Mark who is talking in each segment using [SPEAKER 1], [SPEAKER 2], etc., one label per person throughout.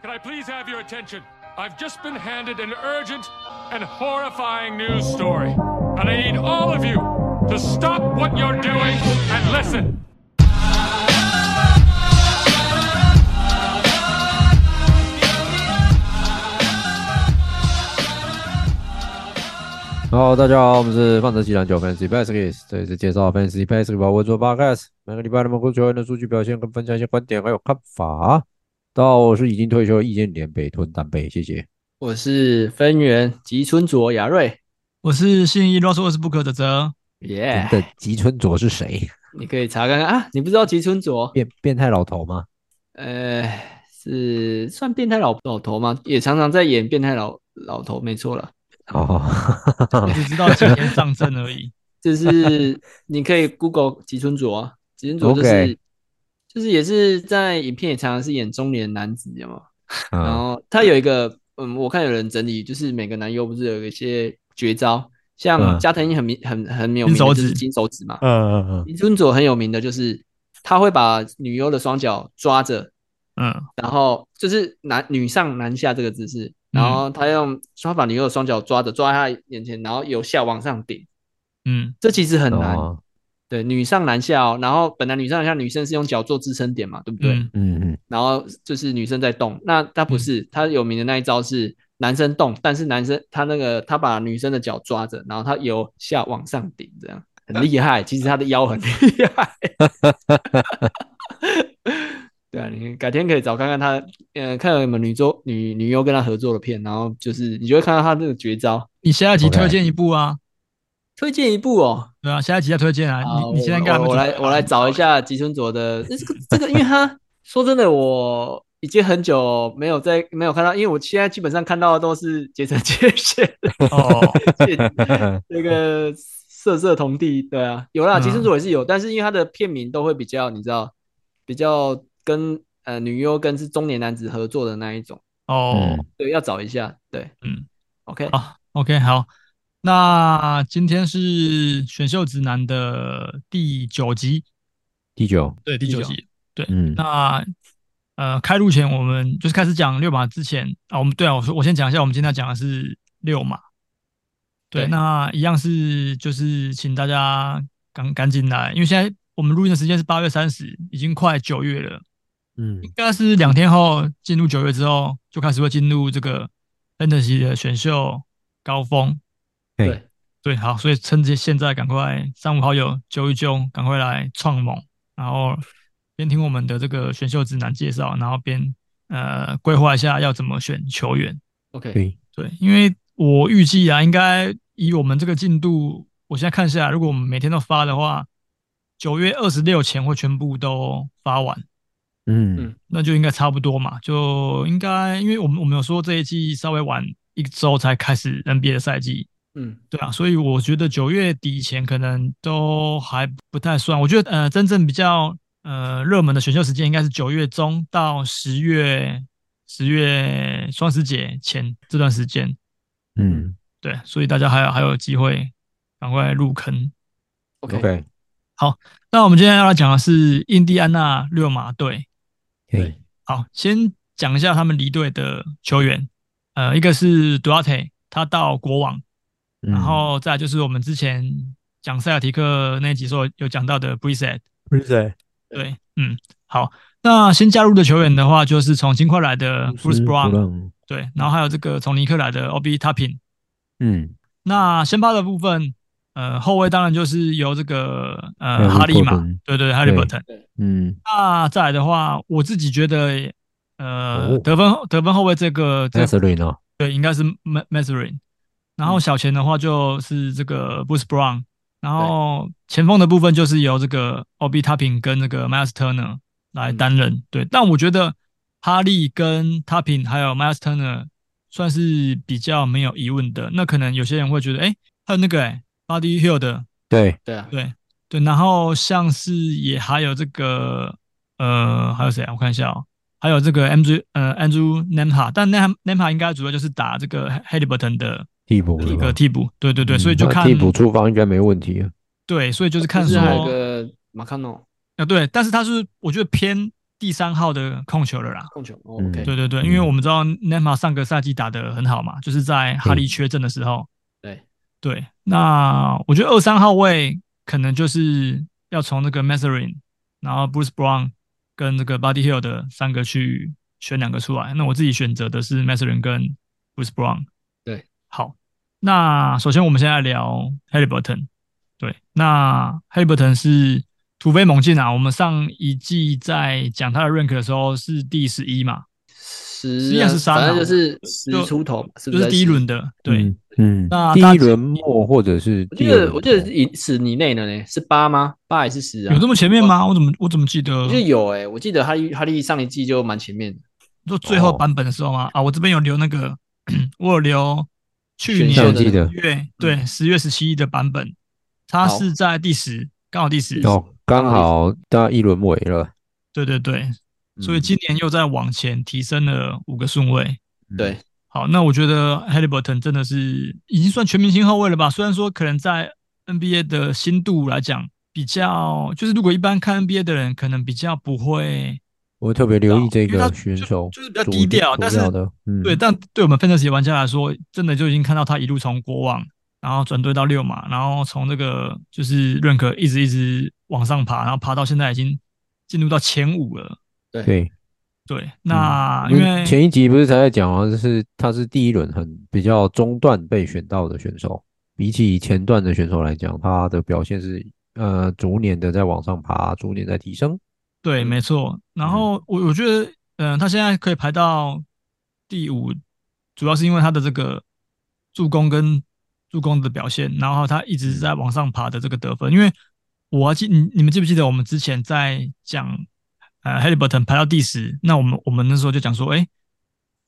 [SPEAKER 1] can I please have your attention? I've just been handed an urgent and horrifying news story. And I need all of you to stop what you're doing and listen.
[SPEAKER 2] 然后大家好，我们是范德西篮球 Fantasy Baskets，这里是介绍 Fantasy Basketball 文做 Podcast，每个礼拜我们关注球员的数据表现跟分享一些观点还有看法。到我是已经退休的易建联北屯单北，谢谢。
[SPEAKER 3] 我是分园吉村卓雅瑞，
[SPEAKER 4] 我是信义 r o s 我是不可的哲，
[SPEAKER 3] 耶、
[SPEAKER 2] 真的，吉村卓是谁？
[SPEAKER 3] 你可以查看看啊，你不知道吉村卓，
[SPEAKER 2] 变变态老头吗？
[SPEAKER 3] 呃，是算变态老老头吗？也常常在演变态老老头，没错了，
[SPEAKER 2] 哦，
[SPEAKER 4] 我只知道今天上阵而已。
[SPEAKER 3] 就是 你可以 Google 吉村卓啊，吉村卓就是
[SPEAKER 2] OK
[SPEAKER 3] 就是也是在影片也常常是演中年男子，有吗？然
[SPEAKER 2] 嗯，
[SPEAKER 3] 后他有一个，嗯，我看有人整理，就是每个男优不是有一些绝招，像
[SPEAKER 2] 嗯
[SPEAKER 3] 加藤鹰很明很很有名
[SPEAKER 4] 金手
[SPEAKER 3] 的就是
[SPEAKER 4] 指
[SPEAKER 3] 金手指嘛，
[SPEAKER 2] 嗯嗯
[SPEAKER 3] 林尊佐很有名的就是他会把女优的双脚抓着，
[SPEAKER 4] 嗯，
[SPEAKER 3] 然后就是男女上男下这个姿势，然后他用他把女优的双脚抓着，抓在他眼前，然后由下往上顶，
[SPEAKER 4] 嗯，
[SPEAKER 3] 这其实很
[SPEAKER 2] 嗯，
[SPEAKER 3] 难。
[SPEAKER 2] 哦
[SPEAKER 3] 对，女上男下哦，然后本来女上男下女生是用脚做支撑点嘛，对不对？
[SPEAKER 4] 嗯，
[SPEAKER 2] 嗯嗯，
[SPEAKER 3] 然后就是女生在动，那他不是，他有名的那一招是男生动，但是男生他那个他把女生的脚抓着，然后他由下往上顶，这样很厉害。其实他的腰很厉害。 对啊，你改天可以找看看他，呃，看有没有女优女女优跟他合作的片，然后就是你就会看到他这个绝招。
[SPEAKER 4] 你下一集
[SPEAKER 2] OK
[SPEAKER 4] 推荐一部啊？
[SPEAKER 3] 推荐一部哦，
[SPEAKER 4] 对啊，下一集再推荐啊。
[SPEAKER 3] 好
[SPEAKER 4] 你你现在跟他们
[SPEAKER 3] 我我
[SPEAKER 4] 准
[SPEAKER 3] 来
[SPEAKER 4] 备好
[SPEAKER 3] 我来找一
[SPEAKER 4] 啊
[SPEAKER 3] 下吉村卓的这个这个，因为他说真的，我已经很久没有在没有看到，因为我现在基本上看到的都是结成界限
[SPEAKER 4] 哦，
[SPEAKER 3] 那个色色同地，对啊，有啦，
[SPEAKER 4] 嗯
[SPEAKER 3] 吉村卓也是有，但是因为他的片名都会比较你知道比较跟呃女优跟是中年男子合作的那一种，
[SPEAKER 4] 哦，
[SPEAKER 3] 对，要找一下，对，
[SPEAKER 4] 嗯
[SPEAKER 3] ，OK，
[SPEAKER 4] 好，OK，好。那今天是选秀指南的第九集，
[SPEAKER 2] 第九，
[SPEAKER 4] 对，第
[SPEAKER 3] 第
[SPEAKER 4] 九
[SPEAKER 3] 九
[SPEAKER 4] 集。对，
[SPEAKER 2] 嗯
[SPEAKER 4] 那呃，开录前我们就是开始讲六马之前啊，我们对啊，我说我先讲一下，我们今天要讲的是六马。对，
[SPEAKER 3] 对
[SPEAKER 4] 那一样是就是请大家赶赶紧来，因为现在我们录音的时间是八月三十，已经快九月了。
[SPEAKER 2] 嗯
[SPEAKER 4] 应该是两天后进入九月之后，就开始会进入这个 fantasy 的选秀高峰。
[SPEAKER 2] 嘿
[SPEAKER 3] 对，
[SPEAKER 4] 对，好，所以趁着现在赶快三五好友揪一揪，赶快来创盟，然后边听我们的这个选秀指南介绍，然后边呃规划一下要怎么选球员。
[SPEAKER 3] ，OK，
[SPEAKER 2] 对，
[SPEAKER 4] 对，因为我预计啊，应该以我们这个进度，我现在看下来，如果我们每天都发的话，九月二十六前会全部都发完。
[SPEAKER 2] 嗯
[SPEAKER 4] 那就应该差不多嘛，就应该，因为我们我们有说这一季稍微晚一周才开始 NBA 的赛季，
[SPEAKER 3] 嗯，
[SPEAKER 4] 对啊，所以我觉得九月底以前可能都还不太算。我觉得呃，真正比较呃热门的选秀时间应该是九月中到十月十月双十节前这段时间，
[SPEAKER 2] 嗯
[SPEAKER 4] 对，所以大家还有还有机会赶快入坑。
[SPEAKER 3] OK
[SPEAKER 2] ，OK，
[SPEAKER 4] 那我们今天要来讲的是印第安纳六马队，
[SPEAKER 2] 嘿，
[SPEAKER 4] 好，先讲一下他们离队的球员，呃，一个是 Duarte，他到国王，
[SPEAKER 2] 嗯
[SPEAKER 4] 然后再来就是我们之前讲塞尔提克那一集时候有讲到的 Brissett，对，嗯，好，那新加入的球员的话，就是从金块来的 Bruce Brown，对，然后还有这个从尼克来的 Ob Toppin。
[SPEAKER 2] 嗯，
[SPEAKER 4] 那先发的部分，呃，后卫当然就是由这个
[SPEAKER 2] 还
[SPEAKER 4] 呃
[SPEAKER 2] 有
[SPEAKER 4] 哈利嘛
[SPEAKER 2] Halliburton，
[SPEAKER 4] 对对，哈利伯顿。
[SPEAKER 2] 嗯，
[SPEAKER 4] 那再来的话，我自己觉得，呃，
[SPEAKER 2] 哦
[SPEAKER 4] 得分得分后卫这个这
[SPEAKER 2] 那
[SPEAKER 4] 个
[SPEAKER 2] 是瑞诺，
[SPEAKER 4] 对，应该是 m a z e r i n 然后小前的话就是这个 Bruce Brown，然后前锋的部分就是由这个 Ob Toppin 跟那个 Miles Turner 来担任。对，但我觉得哈利跟 Toppin 还有 Miles Turner 算是比较没有疑问的。那可能有些人会觉得，哎、还有那个、哎 Body Hill 的，
[SPEAKER 2] 对，
[SPEAKER 3] 对啊，
[SPEAKER 4] 对对，然后像是也还有这个呃，还有谁啊？我看一下哦，还有这个 Andrew 呃 Andrew Nemha，但 Nemha Nemha 应该主要就是打这个 Halliburton 的
[SPEAKER 2] 替补是
[SPEAKER 4] 一
[SPEAKER 2] 吧
[SPEAKER 4] 个替补，对对对，
[SPEAKER 2] 嗯
[SPEAKER 4] 所以就
[SPEAKER 2] 那
[SPEAKER 4] 看
[SPEAKER 2] 替补出防应该没问题啊。
[SPEAKER 4] 对，所以就是看
[SPEAKER 3] 不是还有
[SPEAKER 4] 说
[SPEAKER 3] 个马卡诺
[SPEAKER 4] 啊对，但是他是我觉得偏第三号的控球了啦。
[SPEAKER 3] 控球哦
[SPEAKER 2] 嗯
[SPEAKER 3] ，OK，
[SPEAKER 4] 对对对，因为
[SPEAKER 2] 嗯
[SPEAKER 4] 我们知道 Nema 上个赛季打得很好嘛，就是在哈利缺阵的时候。
[SPEAKER 3] 对
[SPEAKER 4] 对，那我觉得二三号位可能就是要从那个 Matherin，然后 Bruce Brown 跟这个 Buddy Hill 的三个去选两个出来。那我自己选择的是 Matherin 跟 Bruce Brown。
[SPEAKER 3] 对，
[SPEAKER 4] 好，那首先我们现在聊 Halliburton。对，那 Halliburton 是突飞猛进啊！我们上一季在讲他的 rank 的时候是第十一嘛，实
[SPEAKER 3] 十
[SPEAKER 4] 际
[SPEAKER 3] 啊
[SPEAKER 4] 上是三啊
[SPEAKER 3] 反正就是十
[SPEAKER 4] 就
[SPEAKER 3] 出头嘛，是不
[SPEAKER 4] 就是
[SPEAKER 3] 在
[SPEAKER 4] 第一
[SPEAKER 3] 十
[SPEAKER 4] 轮的，对，
[SPEAKER 2] 嗯嗯，
[SPEAKER 4] 那
[SPEAKER 2] 第
[SPEAKER 4] 大
[SPEAKER 2] 一
[SPEAKER 4] 家
[SPEAKER 2] 轮末或者是
[SPEAKER 3] 我
[SPEAKER 2] 第
[SPEAKER 3] 记
[SPEAKER 2] 二轮
[SPEAKER 3] 得
[SPEAKER 2] 末，
[SPEAKER 3] 我记得以十以内的呢，是八吗？八还是十啊？
[SPEAKER 4] 哦有这么前面吗？我怎么我怎么记得
[SPEAKER 3] 我？记得有诶、我记得哈利哈利上一季就蛮前面的，
[SPEAKER 4] 就最后
[SPEAKER 2] 哦
[SPEAKER 4] 版本的时候吗？啊，我这边有留那个， 我有留去
[SPEAKER 3] 选
[SPEAKER 4] 年
[SPEAKER 3] 秀的
[SPEAKER 4] 10
[SPEAKER 3] 那
[SPEAKER 2] 个
[SPEAKER 4] 月对十月十七的版本，它
[SPEAKER 3] 好
[SPEAKER 4] 是在第十，刚好第十。
[SPEAKER 2] 哦，刚好到一轮尾了，
[SPEAKER 4] 对对对，所以
[SPEAKER 2] 嗯
[SPEAKER 4] 今年又在往前提升了五个顺位。
[SPEAKER 2] 嗯
[SPEAKER 3] 对，
[SPEAKER 4] 好，那我觉得 Halliburton 真的是已经算全明星后卫了吧？虽然说可能在 NBA 的新度来讲，比较就是如果一般看 NBA 的人，可能比较不会
[SPEAKER 2] 我特别留意这
[SPEAKER 4] 啊因为他
[SPEAKER 2] 个
[SPEAKER 4] 就
[SPEAKER 2] 选手，
[SPEAKER 4] 就是比较
[SPEAKER 2] 主
[SPEAKER 4] 低调，
[SPEAKER 2] 主
[SPEAKER 4] 但是
[SPEAKER 2] 要的，嗯，
[SPEAKER 4] 对，但对我们 fantasy 玩家来说，真的就已经看到他一路从国网，然后转队到六马，然后从这个就是认可一直一直往上爬，然后爬到现在已经进入到前五了。
[SPEAKER 2] 对，
[SPEAKER 4] 对，那
[SPEAKER 2] 我
[SPEAKER 4] 啊因
[SPEAKER 2] 们
[SPEAKER 4] 为
[SPEAKER 2] 嗯前一集不是才在讲啊，就是他是第一轮很比较中段被选到的选手，比起前段的选手来讲，他的表现是呃逐年的在往上爬，逐年在提升。
[SPEAKER 4] 对，没错。然后我我觉得，嗯、他现在可以排到第五，主要是因为他的这个助攻跟助攻的表现，然后他一直在往上爬的这个得分。因为我还记你你们记不记得我们之前在讲呃 Halliburton 排到第十，那我们我们那时候就讲说，哎，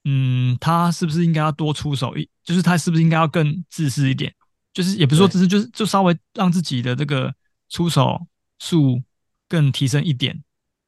[SPEAKER 4] 嗯，他是不是应该要多出手一，就是他是不是应该要更自私一点？就是也不是说
[SPEAKER 3] 对
[SPEAKER 4] 自私，就是就稍微让自己的这个出手数更提升一点，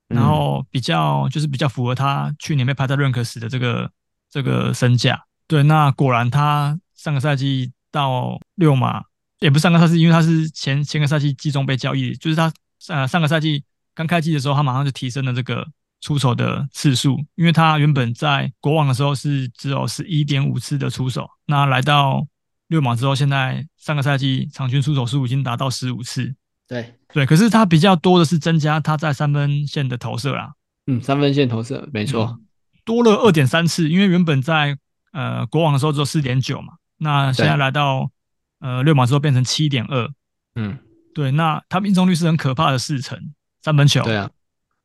[SPEAKER 4] 然
[SPEAKER 2] 嗯
[SPEAKER 4] 后比较就是比较符合他去年被排在认可时的这个这个身价。对，那果然他上个赛季到六马，也不是上个赛季，因为他是前前个赛季季中被交易，就是他呃上个赛季刚开季的时候，他马上就提升了这个出手的次数，因为他原本在国网的时候是只有十一点五次的出手，那来到六马之后，现在上个赛季场均出手数已经达到十五次，
[SPEAKER 3] 对，
[SPEAKER 4] 对，可是他比较多的是增加他在三分线的投射啦，
[SPEAKER 3] 嗯，三分线投射没错，
[SPEAKER 4] 多了二点三次，因为原本在呃国网的时候只有四点九嘛，那现在
[SPEAKER 3] 对
[SPEAKER 4] 来到呃六马之后变成七点二，
[SPEAKER 3] 嗯，
[SPEAKER 4] 对，那他命中率是很可怕的四成三分球，
[SPEAKER 3] 对啊，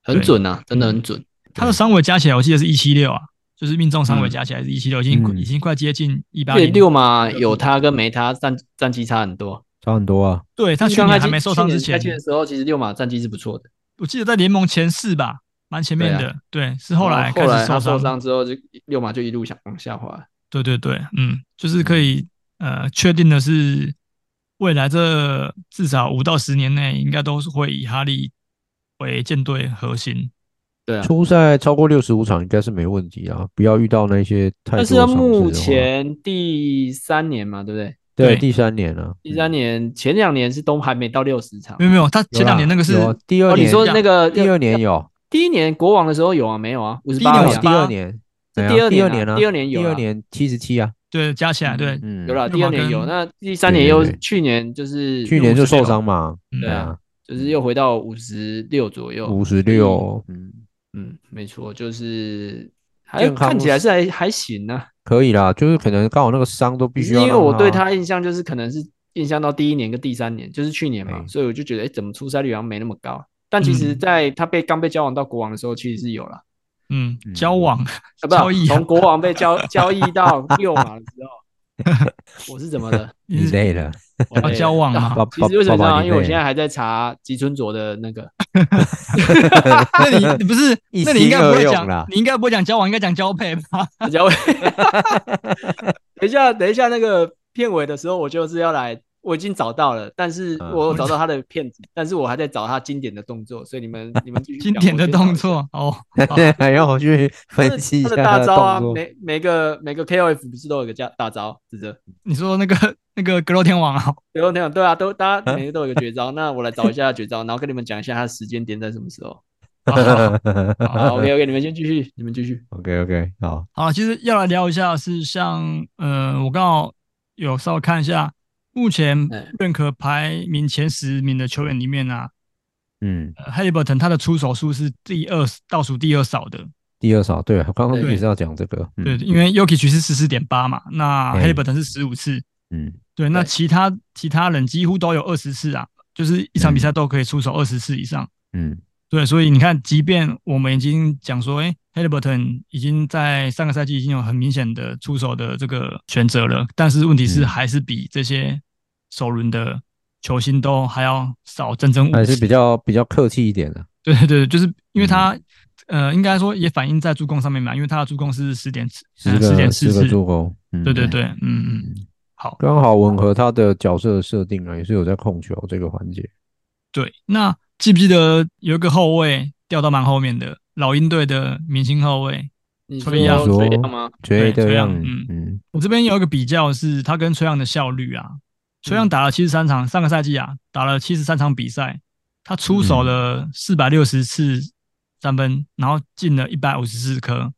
[SPEAKER 3] 很
[SPEAKER 4] 对
[SPEAKER 3] 准啊，真的很准，
[SPEAKER 4] 他的三围加起来我记得是一七六啊，就是命中三围加起来是一七六，已经、
[SPEAKER 2] 嗯
[SPEAKER 4] 已经快接近一八
[SPEAKER 3] 因为
[SPEAKER 4] 零
[SPEAKER 3] 六嘛有他跟没他战战绩差很多，
[SPEAKER 2] 差很多啊，
[SPEAKER 4] 对他去
[SPEAKER 3] 刚开
[SPEAKER 4] 年还
[SPEAKER 3] 季
[SPEAKER 4] 没受伤之
[SPEAKER 3] 去年开季
[SPEAKER 4] 前
[SPEAKER 3] 的，时候，其实六马战绩是不错的，
[SPEAKER 4] 我记得在联盟前四吧，蛮前面
[SPEAKER 3] 对
[SPEAKER 4] 的，对，是后来
[SPEAKER 3] 然
[SPEAKER 4] 开
[SPEAKER 3] 后后来
[SPEAKER 4] 始
[SPEAKER 3] 他
[SPEAKER 4] 受
[SPEAKER 3] 受
[SPEAKER 4] 伤，
[SPEAKER 3] 伤之后就六马就一路想往下滑，
[SPEAKER 4] 对对对，嗯，就是可以呃确定的是，未来这至少五到十年内应该都是会以哈利为舰队核心，
[SPEAKER 3] 对啊，
[SPEAKER 2] 初赛超过六十五场应该是没问题啊，不要遇到那些太多
[SPEAKER 3] 但是
[SPEAKER 2] 伤
[SPEAKER 3] 他
[SPEAKER 4] 啊
[SPEAKER 2] 势
[SPEAKER 3] 目
[SPEAKER 2] 的话
[SPEAKER 3] 前第三年嘛，对不对？
[SPEAKER 4] 对
[SPEAKER 2] 对第三年啊了，
[SPEAKER 3] 第三年前两年是都还没到六十场
[SPEAKER 4] 没，有没有，他
[SPEAKER 2] 有
[SPEAKER 4] 前两
[SPEAKER 2] 啦
[SPEAKER 4] 年那个是
[SPEAKER 2] 有啊嗯第二
[SPEAKER 3] 哦，
[SPEAKER 2] 年，
[SPEAKER 3] 你说那个
[SPEAKER 2] 第二年有，
[SPEAKER 3] 第一年国王的时候有啊，没有啊，五十
[SPEAKER 4] 第一
[SPEAKER 3] 八
[SPEAKER 4] 年
[SPEAKER 2] 哦
[SPEAKER 4] 有
[SPEAKER 2] 第
[SPEAKER 4] 八
[SPEAKER 2] 二年，
[SPEAKER 3] 这
[SPEAKER 2] 哎呀
[SPEAKER 3] 第二
[SPEAKER 2] 第
[SPEAKER 3] 年
[SPEAKER 2] 二
[SPEAKER 3] 啊
[SPEAKER 2] 年啊，
[SPEAKER 3] 第二年有
[SPEAKER 2] 第二
[SPEAKER 3] 啊
[SPEAKER 2] 年七十七啊，
[SPEAKER 4] 对加起来对，
[SPEAKER 2] 嗯
[SPEAKER 3] 有啦，
[SPEAKER 4] 六
[SPEAKER 3] 第
[SPEAKER 4] 马
[SPEAKER 3] 二年有，
[SPEAKER 4] 跟
[SPEAKER 3] 那第三
[SPEAKER 2] 对
[SPEAKER 3] 年
[SPEAKER 2] 对
[SPEAKER 3] 又
[SPEAKER 2] 对
[SPEAKER 3] 去年就是
[SPEAKER 2] 去年就
[SPEAKER 4] 56
[SPEAKER 2] 受伤嘛，啊
[SPEAKER 4] 嗯
[SPEAKER 3] 对啊，就是又回到五十六左右，
[SPEAKER 2] 五十六，嗯。
[SPEAKER 3] 嗯，没错，就是还
[SPEAKER 2] 健康
[SPEAKER 3] 看起来是还还行呢、
[SPEAKER 2] 可以啦，就是可能刚好那个伤都必
[SPEAKER 3] 只
[SPEAKER 2] 须
[SPEAKER 3] 是
[SPEAKER 2] 要
[SPEAKER 3] 因为我对
[SPEAKER 2] 他
[SPEAKER 3] 他印象就是可能是印象到第一年跟第三年，就是去年嘛，
[SPEAKER 2] 哎
[SPEAKER 3] 所以我就觉得哎、诶怎么出赛率好像没那么高？但其实，
[SPEAKER 4] 嗯
[SPEAKER 3] 在他被刚被交往到国王的时候，其实是有了，
[SPEAKER 4] 嗯，
[SPEAKER 2] 嗯
[SPEAKER 4] 交往
[SPEAKER 3] 啊，
[SPEAKER 4] 交
[SPEAKER 3] 不
[SPEAKER 4] 易
[SPEAKER 3] 是，
[SPEAKER 4] 啊
[SPEAKER 3] 从国王被交交易到六马的时候，我是怎么的？
[SPEAKER 4] 你
[SPEAKER 2] 累了，
[SPEAKER 3] 我
[SPEAKER 4] 要
[SPEAKER 3] 累了
[SPEAKER 4] 哦交往吗
[SPEAKER 2] 爸
[SPEAKER 3] 其实为什么你知
[SPEAKER 2] 爸
[SPEAKER 3] 道
[SPEAKER 2] 爸
[SPEAKER 3] 吗？
[SPEAKER 2] 你
[SPEAKER 3] 因为我
[SPEAKER 2] 累
[SPEAKER 3] 现在还在查吉村卓的那个，
[SPEAKER 4] 那你你不是？
[SPEAKER 2] 一
[SPEAKER 4] 那你应该不
[SPEAKER 2] 心二
[SPEAKER 4] 会
[SPEAKER 2] 用
[SPEAKER 4] 讲
[SPEAKER 2] 啦，
[SPEAKER 4] 你应该不会讲交往，应该讲交配 吧？
[SPEAKER 3] 比较等一下，等一下，那个片尾的时候，我就是要来，我已经找到了，但是
[SPEAKER 2] 嗯
[SPEAKER 3] 我有找到他的片子，但是我还在找他经典的动作，所以你们你们继续
[SPEAKER 4] 经
[SPEAKER 3] 讲
[SPEAKER 4] 典
[SPEAKER 3] 我
[SPEAKER 4] 的
[SPEAKER 3] 先找一
[SPEAKER 4] 动
[SPEAKER 3] 下
[SPEAKER 4] 作哦，
[SPEAKER 2] 对， 还要我去分
[SPEAKER 3] 是
[SPEAKER 2] 析一
[SPEAKER 3] 他
[SPEAKER 2] 下
[SPEAKER 3] 的大
[SPEAKER 2] 的
[SPEAKER 3] 招啊，
[SPEAKER 2] 动作。
[SPEAKER 3] 每每个每个 KOF 不是都有个叫大招，指着
[SPEAKER 4] 你说那个 那个格斗天王啊，
[SPEAKER 3] 对那种对啊，都大家每个都有个绝招，那我来找一下绝招，然后跟你们讲一下它的时间点在什么时 候。好，OK OK，你们先继续，你们继续。
[SPEAKER 2] OK OK，好，
[SPEAKER 4] 好，其实要来聊一下是像呃，我刚好有稍微看一下目前
[SPEAKER 3] 哎
[SPEAKER 4] 认可排名前十名的球员里面啊，
[SPEAKER 2] 嗯，
[SPEAKER 4] 呃 Halliburton 他的出手数是第二倒数第二少的，
[SPEAKER 2] 第二少，对，我刚刚
[SPEAKER 3] 对
[SPEAKER 2] 也是要讲这个，嗯
[SPEAKER 4] 对，因为 Yuki 是十四点八嘛，那
[SPEAKER 2] 哎
[SPEAKER 4] Halliburton 是十五次，
[SPEAKER 2] 嗯，
[SPEAKER 4] 对，那
[SPEAKER 3] 对
[SPEAKER 4] 其他其他人几乎都有二十次啊，就是一场比赛都可以出手二十次以上。
[SPEAKER 2] 嗯
[SPEAKER 4] 对，所以你看，即便我们已经讲说，哎 h a l i b u r t o n 已经在上个赛季已经有很明显的出手的这个选择了，但是问题是
[SPEAKER 2] 嗯
[SPEAKER 4] 还是比这些首轮的球星都还要少整整五
[SPEAKER 2] 还是
[SPEAKER 4] 次。
[SPEAKER 2] 比较嗯比较客气一点的，
[SPEAKER 4] 对对对，就是因为他、呃，应该说也反映在助攻上面嘛，因为他的助攻是十点
[SPEAKER 2] 十
[SPEAKER 4] 十
[SPEAKER 2] 个
[SPEAKER 4] 点嗯四
[SPEAKER 2] 十
[SPEAKER 4] 次
[SPEAKER 2] 个。助攻，嗯
[SPEAKER 4] 对对对，嗯嗯，
[SPEAKER 2] 嗯
[SPEAKER 4] 好，
[SPEAKER 2] 刚好吻合他的角色的设定啊，也是有在控球这个环节，
[SPEAKER 4] 对。那记不记得有一个后卫掉到蛮后面的老鹰队的明星后卫？
[SPEAKER 3] 你
[SPEAKER 4] 崔杨
[SPEAKER 3] 说崔杨吗？
[SPEAKER 2] 觉
[SPEAKER 4] 对
[SPEAKER 2] 得
[SPEAKER 4] 这
[SPEAKER 2] 样
[SPEAKER 4] 样，
[SPEAKER 2] 嗯
[SPEAKER 4] 嗯
[SPEAKER 2] 嗯
[SPEAKER 4] 我这边有一个比较是他跟崔杨的效率啊，崔
[SPEAKER 3] 嗯
[SPEAKER 4] 杨打了七十三场，上个赛季啊打了七十三场比赛，他出手
[SPEAKER 3] 嗯
[SPEAKER 4] 了四百六十次三分，然后进了一百五十四颗。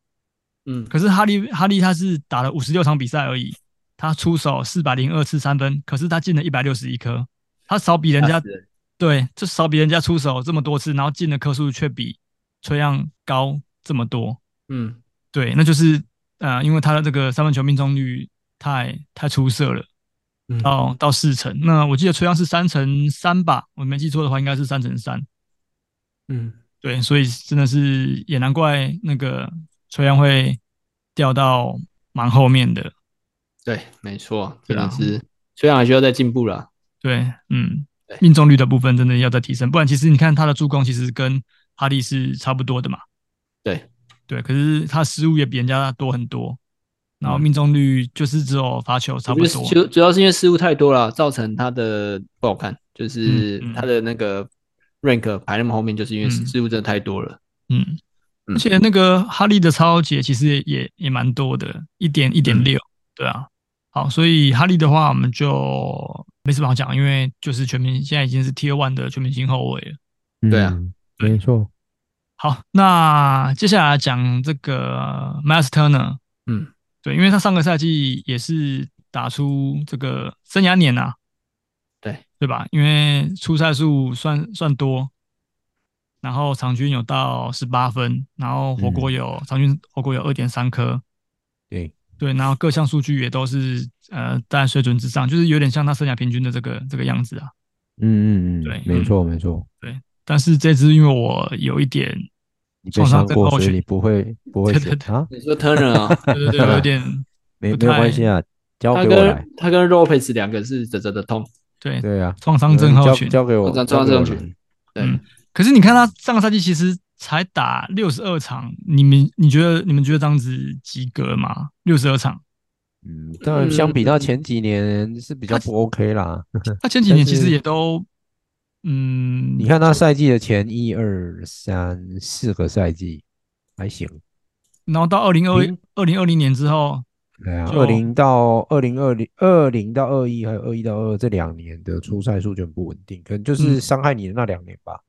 [SPEAKER 3] 嗯，
[SPEAKER 4] 可是哈利哈利他是打了五十六场比赛而已，他出手四百零二次三分，可是他进了一百六十一颗，他少比人
[SPEAKER 3] 吓
[SPEAKER 4] 家
[SPEAKER 3] 死人
[SPEAKER 4] 对，就少比人家出手这么多次，然后进的颗数却比崔杨高这么多。
[SPEAKER 3] 嗯，
[SPEAKER 4] 对，那就是呃，因为他的这个三分球命中率太太出色了，
[SPEAKER 3] 嗯
[SPEAKER 4] 到到四成。那我记得崔杨是三乘三吧，我没记错的话应该是三乘三。
[SPEAKER 3] 嗯，
[SPEAKER 4] 对，所以真的是也难怪那个崔杨会掉到蛮后面的。
[SPEAKER 3] 对，没错，
[SPEAKER 4] 对
[SPEAKER 3] 真
[SPEAKER 4] 啊
[SPEAKER 3] 的是崔杨还需要再进步了。
[SPEAKER 4] 对，嗯
[SPEAKER 3] 对，
[SPEAKER 4] 命中率的部分真的要再提升，不然其实你看他的助攻其实跟哈利是差不多的嘛。
[SPEAKER 3] 对，
[SPEAKER 4] 对，可是他失误也比人家多很多，然后
[SPEAKER 2] 嗯
[SPEAKER 4] 命中率就是只有罚球差不
[SPEAKER 3] 我觉
[SPEAKER 4] 多。
[SPEAKER 3] 得主主要是因为失误太多了，造成他的不好看，就是
[SPEAKER 4] 嗯嗯
[SPEAKER 3] 他的那个 rank 排那么后面，就是因为
[SPEAKER 4] 嗯
[SPEAKER 3] 失误真的太多了。
[SPEAKER 4] 嗯，
[SPEAKER 3] 嗯
[SPEAKER 4] 而且那个哈利的超解其实也也也蛮多的，一点一
[SPEAKER 3] 嗯
[SPEAKER 4] 点六，对啊。好，所以哈利的话我们就没什么好讲，因为就是全明现在已经是 T one 的全明星后卫了。
[SPEAKER 3] 对啊
[SPEAKER 2] 嗯，没错，
[SPEAKER 4] 好，那接下来讲这个呃 Miles Turner，
[SPEAKER 3] 嗯，
[SPEAKER 4] 对，因为他上个赛季也是打出这个生涯年啊，
[SPEAKER 3] 对
[SPEAKER 4] 对吧？因为出赛数算算多，然后场均有到十八分，然后火
[SPEAKER 3] 嗯
[SPEAKER 4] 锅有、场均火锅有二点三颗，
[SPEAKER 2] 对，
[SPEAKER 4] 对，然后各项数据也都是呃在水准之上，就是有点像他生涯平均的这个这个样子啊。
[SPEAKER 2] 嗯嗯嗯，
[SPEAKER 4] 对
[SPEAKER 2] 没错没错，
[SPEAKER 4] 但是这支因为我有一点，
[SPEAKER 2] 你被
[SPEAKER 4] 创伤
[SPEAKER 2] 伤
[SPEAKER 4] 症
[SPEAKER 2] 过，
[SPEAKER 4] 候
[SPEAKER 2] 所以
[SPEAKER 4] 群
[SPEAKER 2] 你不会不会
[SPEAKER 4] 对
[SPEAKER 2] 选
[SPEAKER 4] 对对
[SPEAKER 2] 啊，
[SPEAKER 3] 你说 Turner 啊、
[SPEAKER 4] 对对对，有一点
[SPEAKER 2] 没
[SPEAKER 4] 不
[SPEAKER 2] 没有关
[SPEAKER 4] 太
[SPEAKER 2] 系啊， 交
[SPEAKER 3] 他
[SPEAKER 2] 给我来
[SPEAKER 3] 跟，他跟 Lopez 两个是啧啧的痛，
[SPEAKER 4] 对
[SPEAKER 2] 对啊，
[SPEAKER 4] 创伤症
[SPEAKER 3] 呃
[SPEAKER 4] 候
[SPEAKER 2] 交
[SPEAKER 4] 群。
[SPEAKER 2] 交给我，
[SPEAKER 3] 创
[SPEAKER 2] 交
[SPEAKER 3] 伤
[SPEAKER 2] 给我
[SPEAKER 3] 症候群
[SPEAKER 2] 来，
[SPEAKER 3] 对，
[SPEAKER 4] 嗯可是你看他上个赛季其实才打六十二场，你们你觉得你们觉得这样子及格吗？六十二场，
[SPEAKER 2] 嗯，当然相比到
[SPEAKER 3] 嗯
[SPEAKER 2] 前几年是比较不 OK 啦，
[SPEAKER 4] 他前几年其
[SPEAKER 2] 但
[SPEAKER 4] 实
[SPEAKER 2] 是
[SPEAKER 4] 也都，嗯，
[SPEAKER 2] 你看他赛季的前一二三四个赛季还行，
[SPEAKER 4] 然后到二零二
[SPEAKER 2] 嗯
[SPEAKER 4] 二零二零年之后，
[SPEAKER 2] 对啊，
[SPEAKER 4] 就
[SPEAKER 2] 二零到二零二零二零到二一还有二一到二这两年的出赛数就很不稳定，可能就是
[SPEAKER 4] 嗯
[SPEAKER 2] 伤害你的那两年 吧。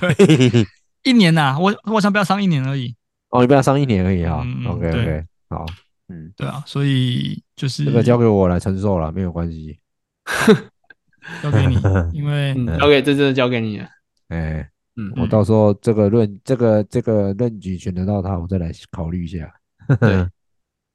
[SPEAKER 4] 对，一年呐、我我想不要伤一年而已，
[SPEAKER 2] 哦，你不要伤一年而已啊。
[SPEAKER 4] 嗯对
[SPEAKER 2] OK OK，好，嗯，
[SPEAKER 4] 对啊，所以就是
[SPEAKER 2] 这个交给我来承受了，没有关系。
[SPEAKER 4] 交给 你，因为
[SPEAKER 3] 嗯，交给这真的交给你了。
[SPEAKER 2] 哎，
[SPEAKER 3] 嗯，
[SPEAKER 2] 我到时候这个论这个这个论据选得到他，我再来考虑一下。
[SPEAKER 3] 对，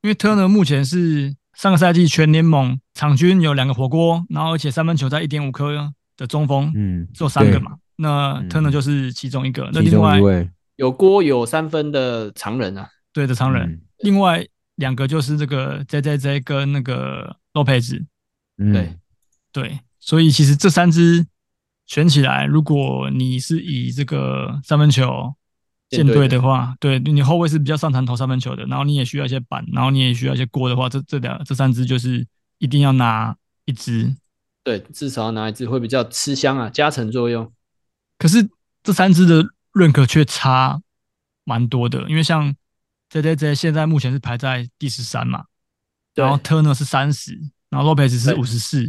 [SPEAKER 4] 因为 Turner 目前是上个赛季全联盟场均有两个火锅，然后而且三分球在一点五颗的中锋，
[SPEAKER 2] 嗯，
[SPEAKER 4] 只有三个
[SPEAKER 2] 对
[SPEAKER 4] 嘛，那
[SPEAKER 2] 嗯
[SPEAKER 4] Turner 就是其中一个，那
[SPEAKER 2] 其
[SPEAKER 4] 另
[SPEAKER 2] 中
[SPEAKER 4] 外
[SPEAKER 2] 一位
[SPEAKER 3] 有锅有三分的常人啊，
[SPEAKER 4] 对的常人，
[SPEAKER 2] 嗯
[SPEAKER 4] 另外两个就是这个 J J J 跟那个 Lopez，
[SPEAKER 2] 嗯
[SPEAKER 3] 对
[SPEAKER 4] 对，所以其实这三支选起来，如果你是以这个三分球
[SPEAKER 3] 建
[SPEAKER 4] 舰
[SPEAKER 3] 队
[SPEAKER 4] 队
[SPEAKER 3] 的
[SPEAKER 4] 的话，对你后卫是比较擅长投三分球的，然后你也需要一些板，然后你也需要一些锅的话，这这两这三支就是一定要拿一支。
[SPEAKER 3] 对，至少要拿一支会比较吃香啊，加成作用。
[SPEAKER 4] 可是这三支的认可却差蛮多的，因为像 J J J 现在目前是排在第十三嘛，
[SPEAKER 3] 对
[SPEAKER 4] 然后 Turner 是三十，然后 Lopez 是
[SPEAKER 3] 对
[SPEAKER 4] 五十四，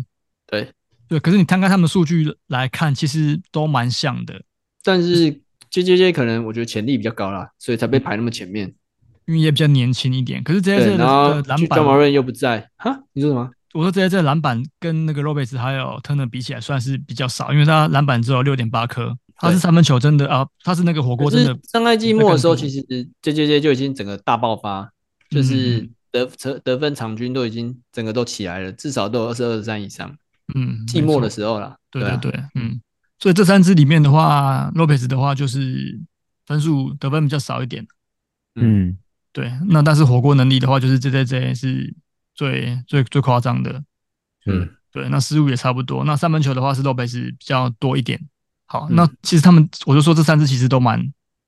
[SPEAKER 3] 对，
[SPEAKER 4] 对。可是你摊开他们的数据来看，其实都蛮像的，
[SPEAKER 3] 但是 J J J 可能我觉得潜力比较高啦，所以才被排那么前面。
[SPEAKER 4] 因为也比较年轻一点。可嗯是 J J
[SPEAKER 3] 对，
[SPEAKER 4] J
[SPEAKER 3] 然后
[SPEAKER 4] 的
[SPEAKER 3] 就
[SPEAKER 4] 篮
[SPEAKER 3] j 毛
[SPEAKER 4] 板，
[SPEAKER 3] 润又不在，哈，你说什么？
[SPEAKER 4] 我说 J J J 篮板跟那个 Lopez 还有 Turner 比起来算是比较少，因为他篮板只有六点八颗，他是
[SPEAKER 3] 对
[SPEAKER 4] 三分球真的啊，他是那个火锅
[SPEAKER 3] 可
[SPEAKER 4] 真的
[SPEAKER 3] 是上赛季末的时候，其
[SPEAKER 4] 实
[SPEAKER 3] 实 J J J 就已经整个大爆发，就是
[SPEAKER 4] 嗯
[SPEAKER 3] 得得得分场均都已经整个都起来了，至少都有二十二三以上。
[SPEAKER 4] 嗯，
[SPEAKER 3] 季
[SPEAKER 4] 没
[SPEAKER 3] 末
[SPEAKER 4] 错
[SPEAKER 3] 的时候啦，
[SPEAKER 4] 对
[SPEAKER 3] 啊
[SPEAKER 4] 对对，嗯，所以这三支里面的话，洛佩兹的话就是分数得分比较少一点，
[SPEAKER 2] 嗯，
[SPEAKER 4] 对。那但是火锅能力的话，就是 J J J 是最最最夸张的，
[SPEAKER 2] 嗯，
[SPEAKER 4] 对。那失误也差不多，那三分球的话是洛佩兹比较多一点。好，
[SPEAKER 3] 嗯
[SPEAKER 4] 那其实他们，我就说这三支其实都蛮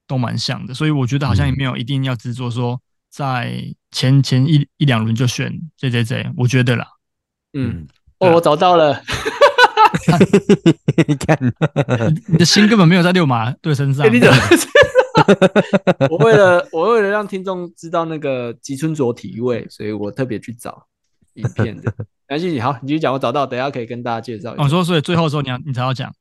[SPEAKER 4] 都蛮像的，所以我觉得好像
[SPEAKER 3] 嗯
[SPEAKER 4] 也没有一定要执着说在前前一一两轮就选 J J J，我觉得 啦。
[SPEAKER 3] 嗯
[SPEAKER 2] 嗯，
[SPEAKER 3] 哦，我找到了，
[SPEAKER 2] 你看，
[SPEAKER 4] 你的心根本没有在六马队身上
[SPEAKER 3] 哎，你怎么知道？ 我为了我为了让听众知道那个吉村卓体位，所以我特别去找影片 的。没关系，好，你继续讲，我找到，等一下可以跟大家介绍一
[SPEAKER 4] 我
[SPEAKER 3] 下。
[SPEAKER 4] 说，所以最后的时候你要你才要讲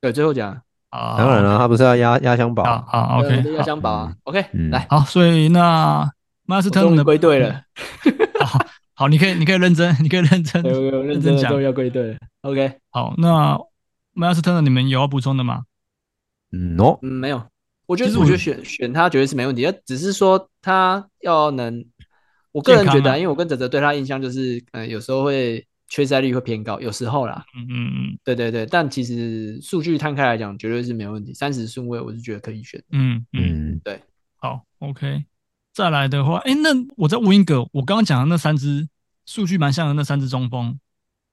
[SPEAKER 3] 对，最后讲，
[SPEAKER 4] 啊。
[SPEAKER 2] 当然了，他不是要压压箱
[SPEAKER 4] 好
[SPEAKER 2] 宝，
[SPEAKER 4] 好
[SPEAKER 3] 对我
[SPEAKER 4] OK，
[SPEAKER 3] 们的
[SPEAKER 4] 好
[SPEAKER 3] 压箱宝啊，OK，
[SPEAKER 2] 嗯
[SPEAKER 3] 来，
[SPEAKER 4] 好，所以那 Master
[SPEAKER 3] 我终
[SPEAKER 4] Turner
[SPEAKER 3] 于
[SPEAKER 4] 的
[SPEAKER 3] 归队了，
[SPEAKER 4] 好，好，你可以，你可以认真， 你可以认真
[SPEAKER 3] 有。有认
[SPEAKER 4] 认
[SPEAKER 3] 真
[SPEAKER 4] 真
[SPEAKER 3] 的
[SPEAKER 4] 讲
[SPEAKER 3] 终于要归队了，OK，
[SPEAKER 4] 好，那 Master Turner 你们有要补充的吗？
[SPEAKER 2] 嗯哦，
[SPEAKER 3] 嗯，没有，我觉
[SPEAKER 4] 其
[SPEAKER 3] 得
[SPEAKER 4] 实
[SPEAKER 3] 我
[SPEAKER 4] 我
[SPEAKER 3] 觉得选选他绝对是没问题，呃只是说他要能，我个人觉
[SPEAKER 4] 健
[SPEAKER 3] 得
[SPEAKER 4] 康
[SPEAKER 3] 啊，
[SPEAKER 4] 啊
[SPEAKER 3] 因为我跟泽泽对他印象就是，嗯，有时候会缺赛率会偏高，有时候啦，
[SPEAKER 4] 嗯嗯
[SPEAKER 3] 对对对，但其实数据摊开来讲，绝对是没问题。三十顺位我是觉得可以选。
[SPEAKER 4] 嗯嗯嗯，
[SPEAKER 2] 嗯，
[SPEAKER 4] 好，OK。再来的话，哎，那我再问一个，我刚刚讲的那三支数据蛮像的那三支中锋，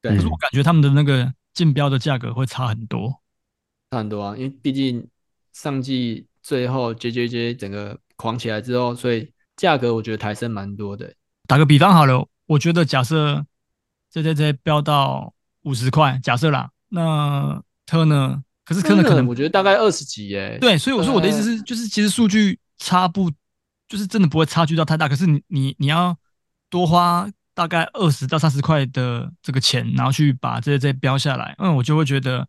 [SPEAKER 3] 对，
[SPEAKER 4] 可是我感觉他们的那个竞标的价格会差很多。
[SPEAKER 3] 差很多啊，因为毕竟上季最后 J J J 整个狂起来之后，所以价格我觉得抬升蛮多的。
[SPEAKER 4] 打个比方好了，我觉得假设 J J J 标到五十块，假设啦，那 Turner 可是 Turner 可能
[SPEAKER 3] 我觉得大概二十几耶。
[SPEAKER 4] 对，所以我说我的意思
[SPEAKER 3] 对呃
[SPEAKER 4] 是，就是其实数据差不，就是真的不会差距到太大。可是你你你要多花大概二十到三十块的这个钱，然后去把这些这些标下来，嗯，我就会觉得，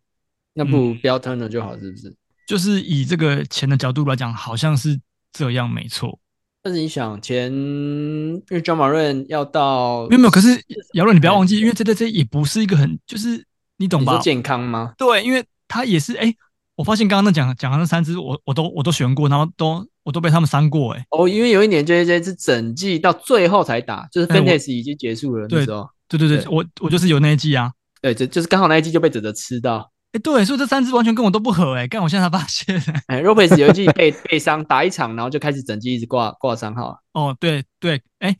[SPEAKER 3] 那
[SPEAKER 4] 嗯
[SPEAKER 3] 不如标 Turner 就好，是不是？
[SPEAKER 4] 就是以这个钱的角度来讲，好像是这样没错。
[SPEAKER 3] 但是你想前，因为 John Marin 要到
[SPEAKER 4] 没有没有，可是姚伦，你不要
[SPEAKER 3] 对
[SPEAKER 4] 忘记，因为这这这也不是一个很，就是你懂
[SPEAKER 3] 你说
[SPEAKER 4] 吧？
[SPEAKER 3] 健康吗？
[SPEAKER 4] 对，因为他也是，哎、我发现刚刚那讲讲的那三只，我我都我都选过，然后都我都被他们删过、哎，
[SPEAKER 3] 哦，因为有一年 J J J 是整季到最后才打，就是
[SPEAKER 4] 哎我
[SPEAKER 3] Fantasy 已经结束了那
[SPEAKER 4] 对
[SPEAKER 3] 时候。
[SPEAKER 4] 对对对，
[SPEAKER 3] 对
[SPEAKER 4] 我我就是有那一季啊。
[SPEAKER 3] 对，这就是刚好那一季就被泽泽吃到。
[SPEAKER 4] 哎、对，所以这三支完全跟我都不合哎、干我现在才发现、
[SPEAKER 3] 哎 r o b e s 有一季被 被伤，打一场，然后就开始整季一直挂挂伤号。
[SPEAKER 4] 哦，对对，哎、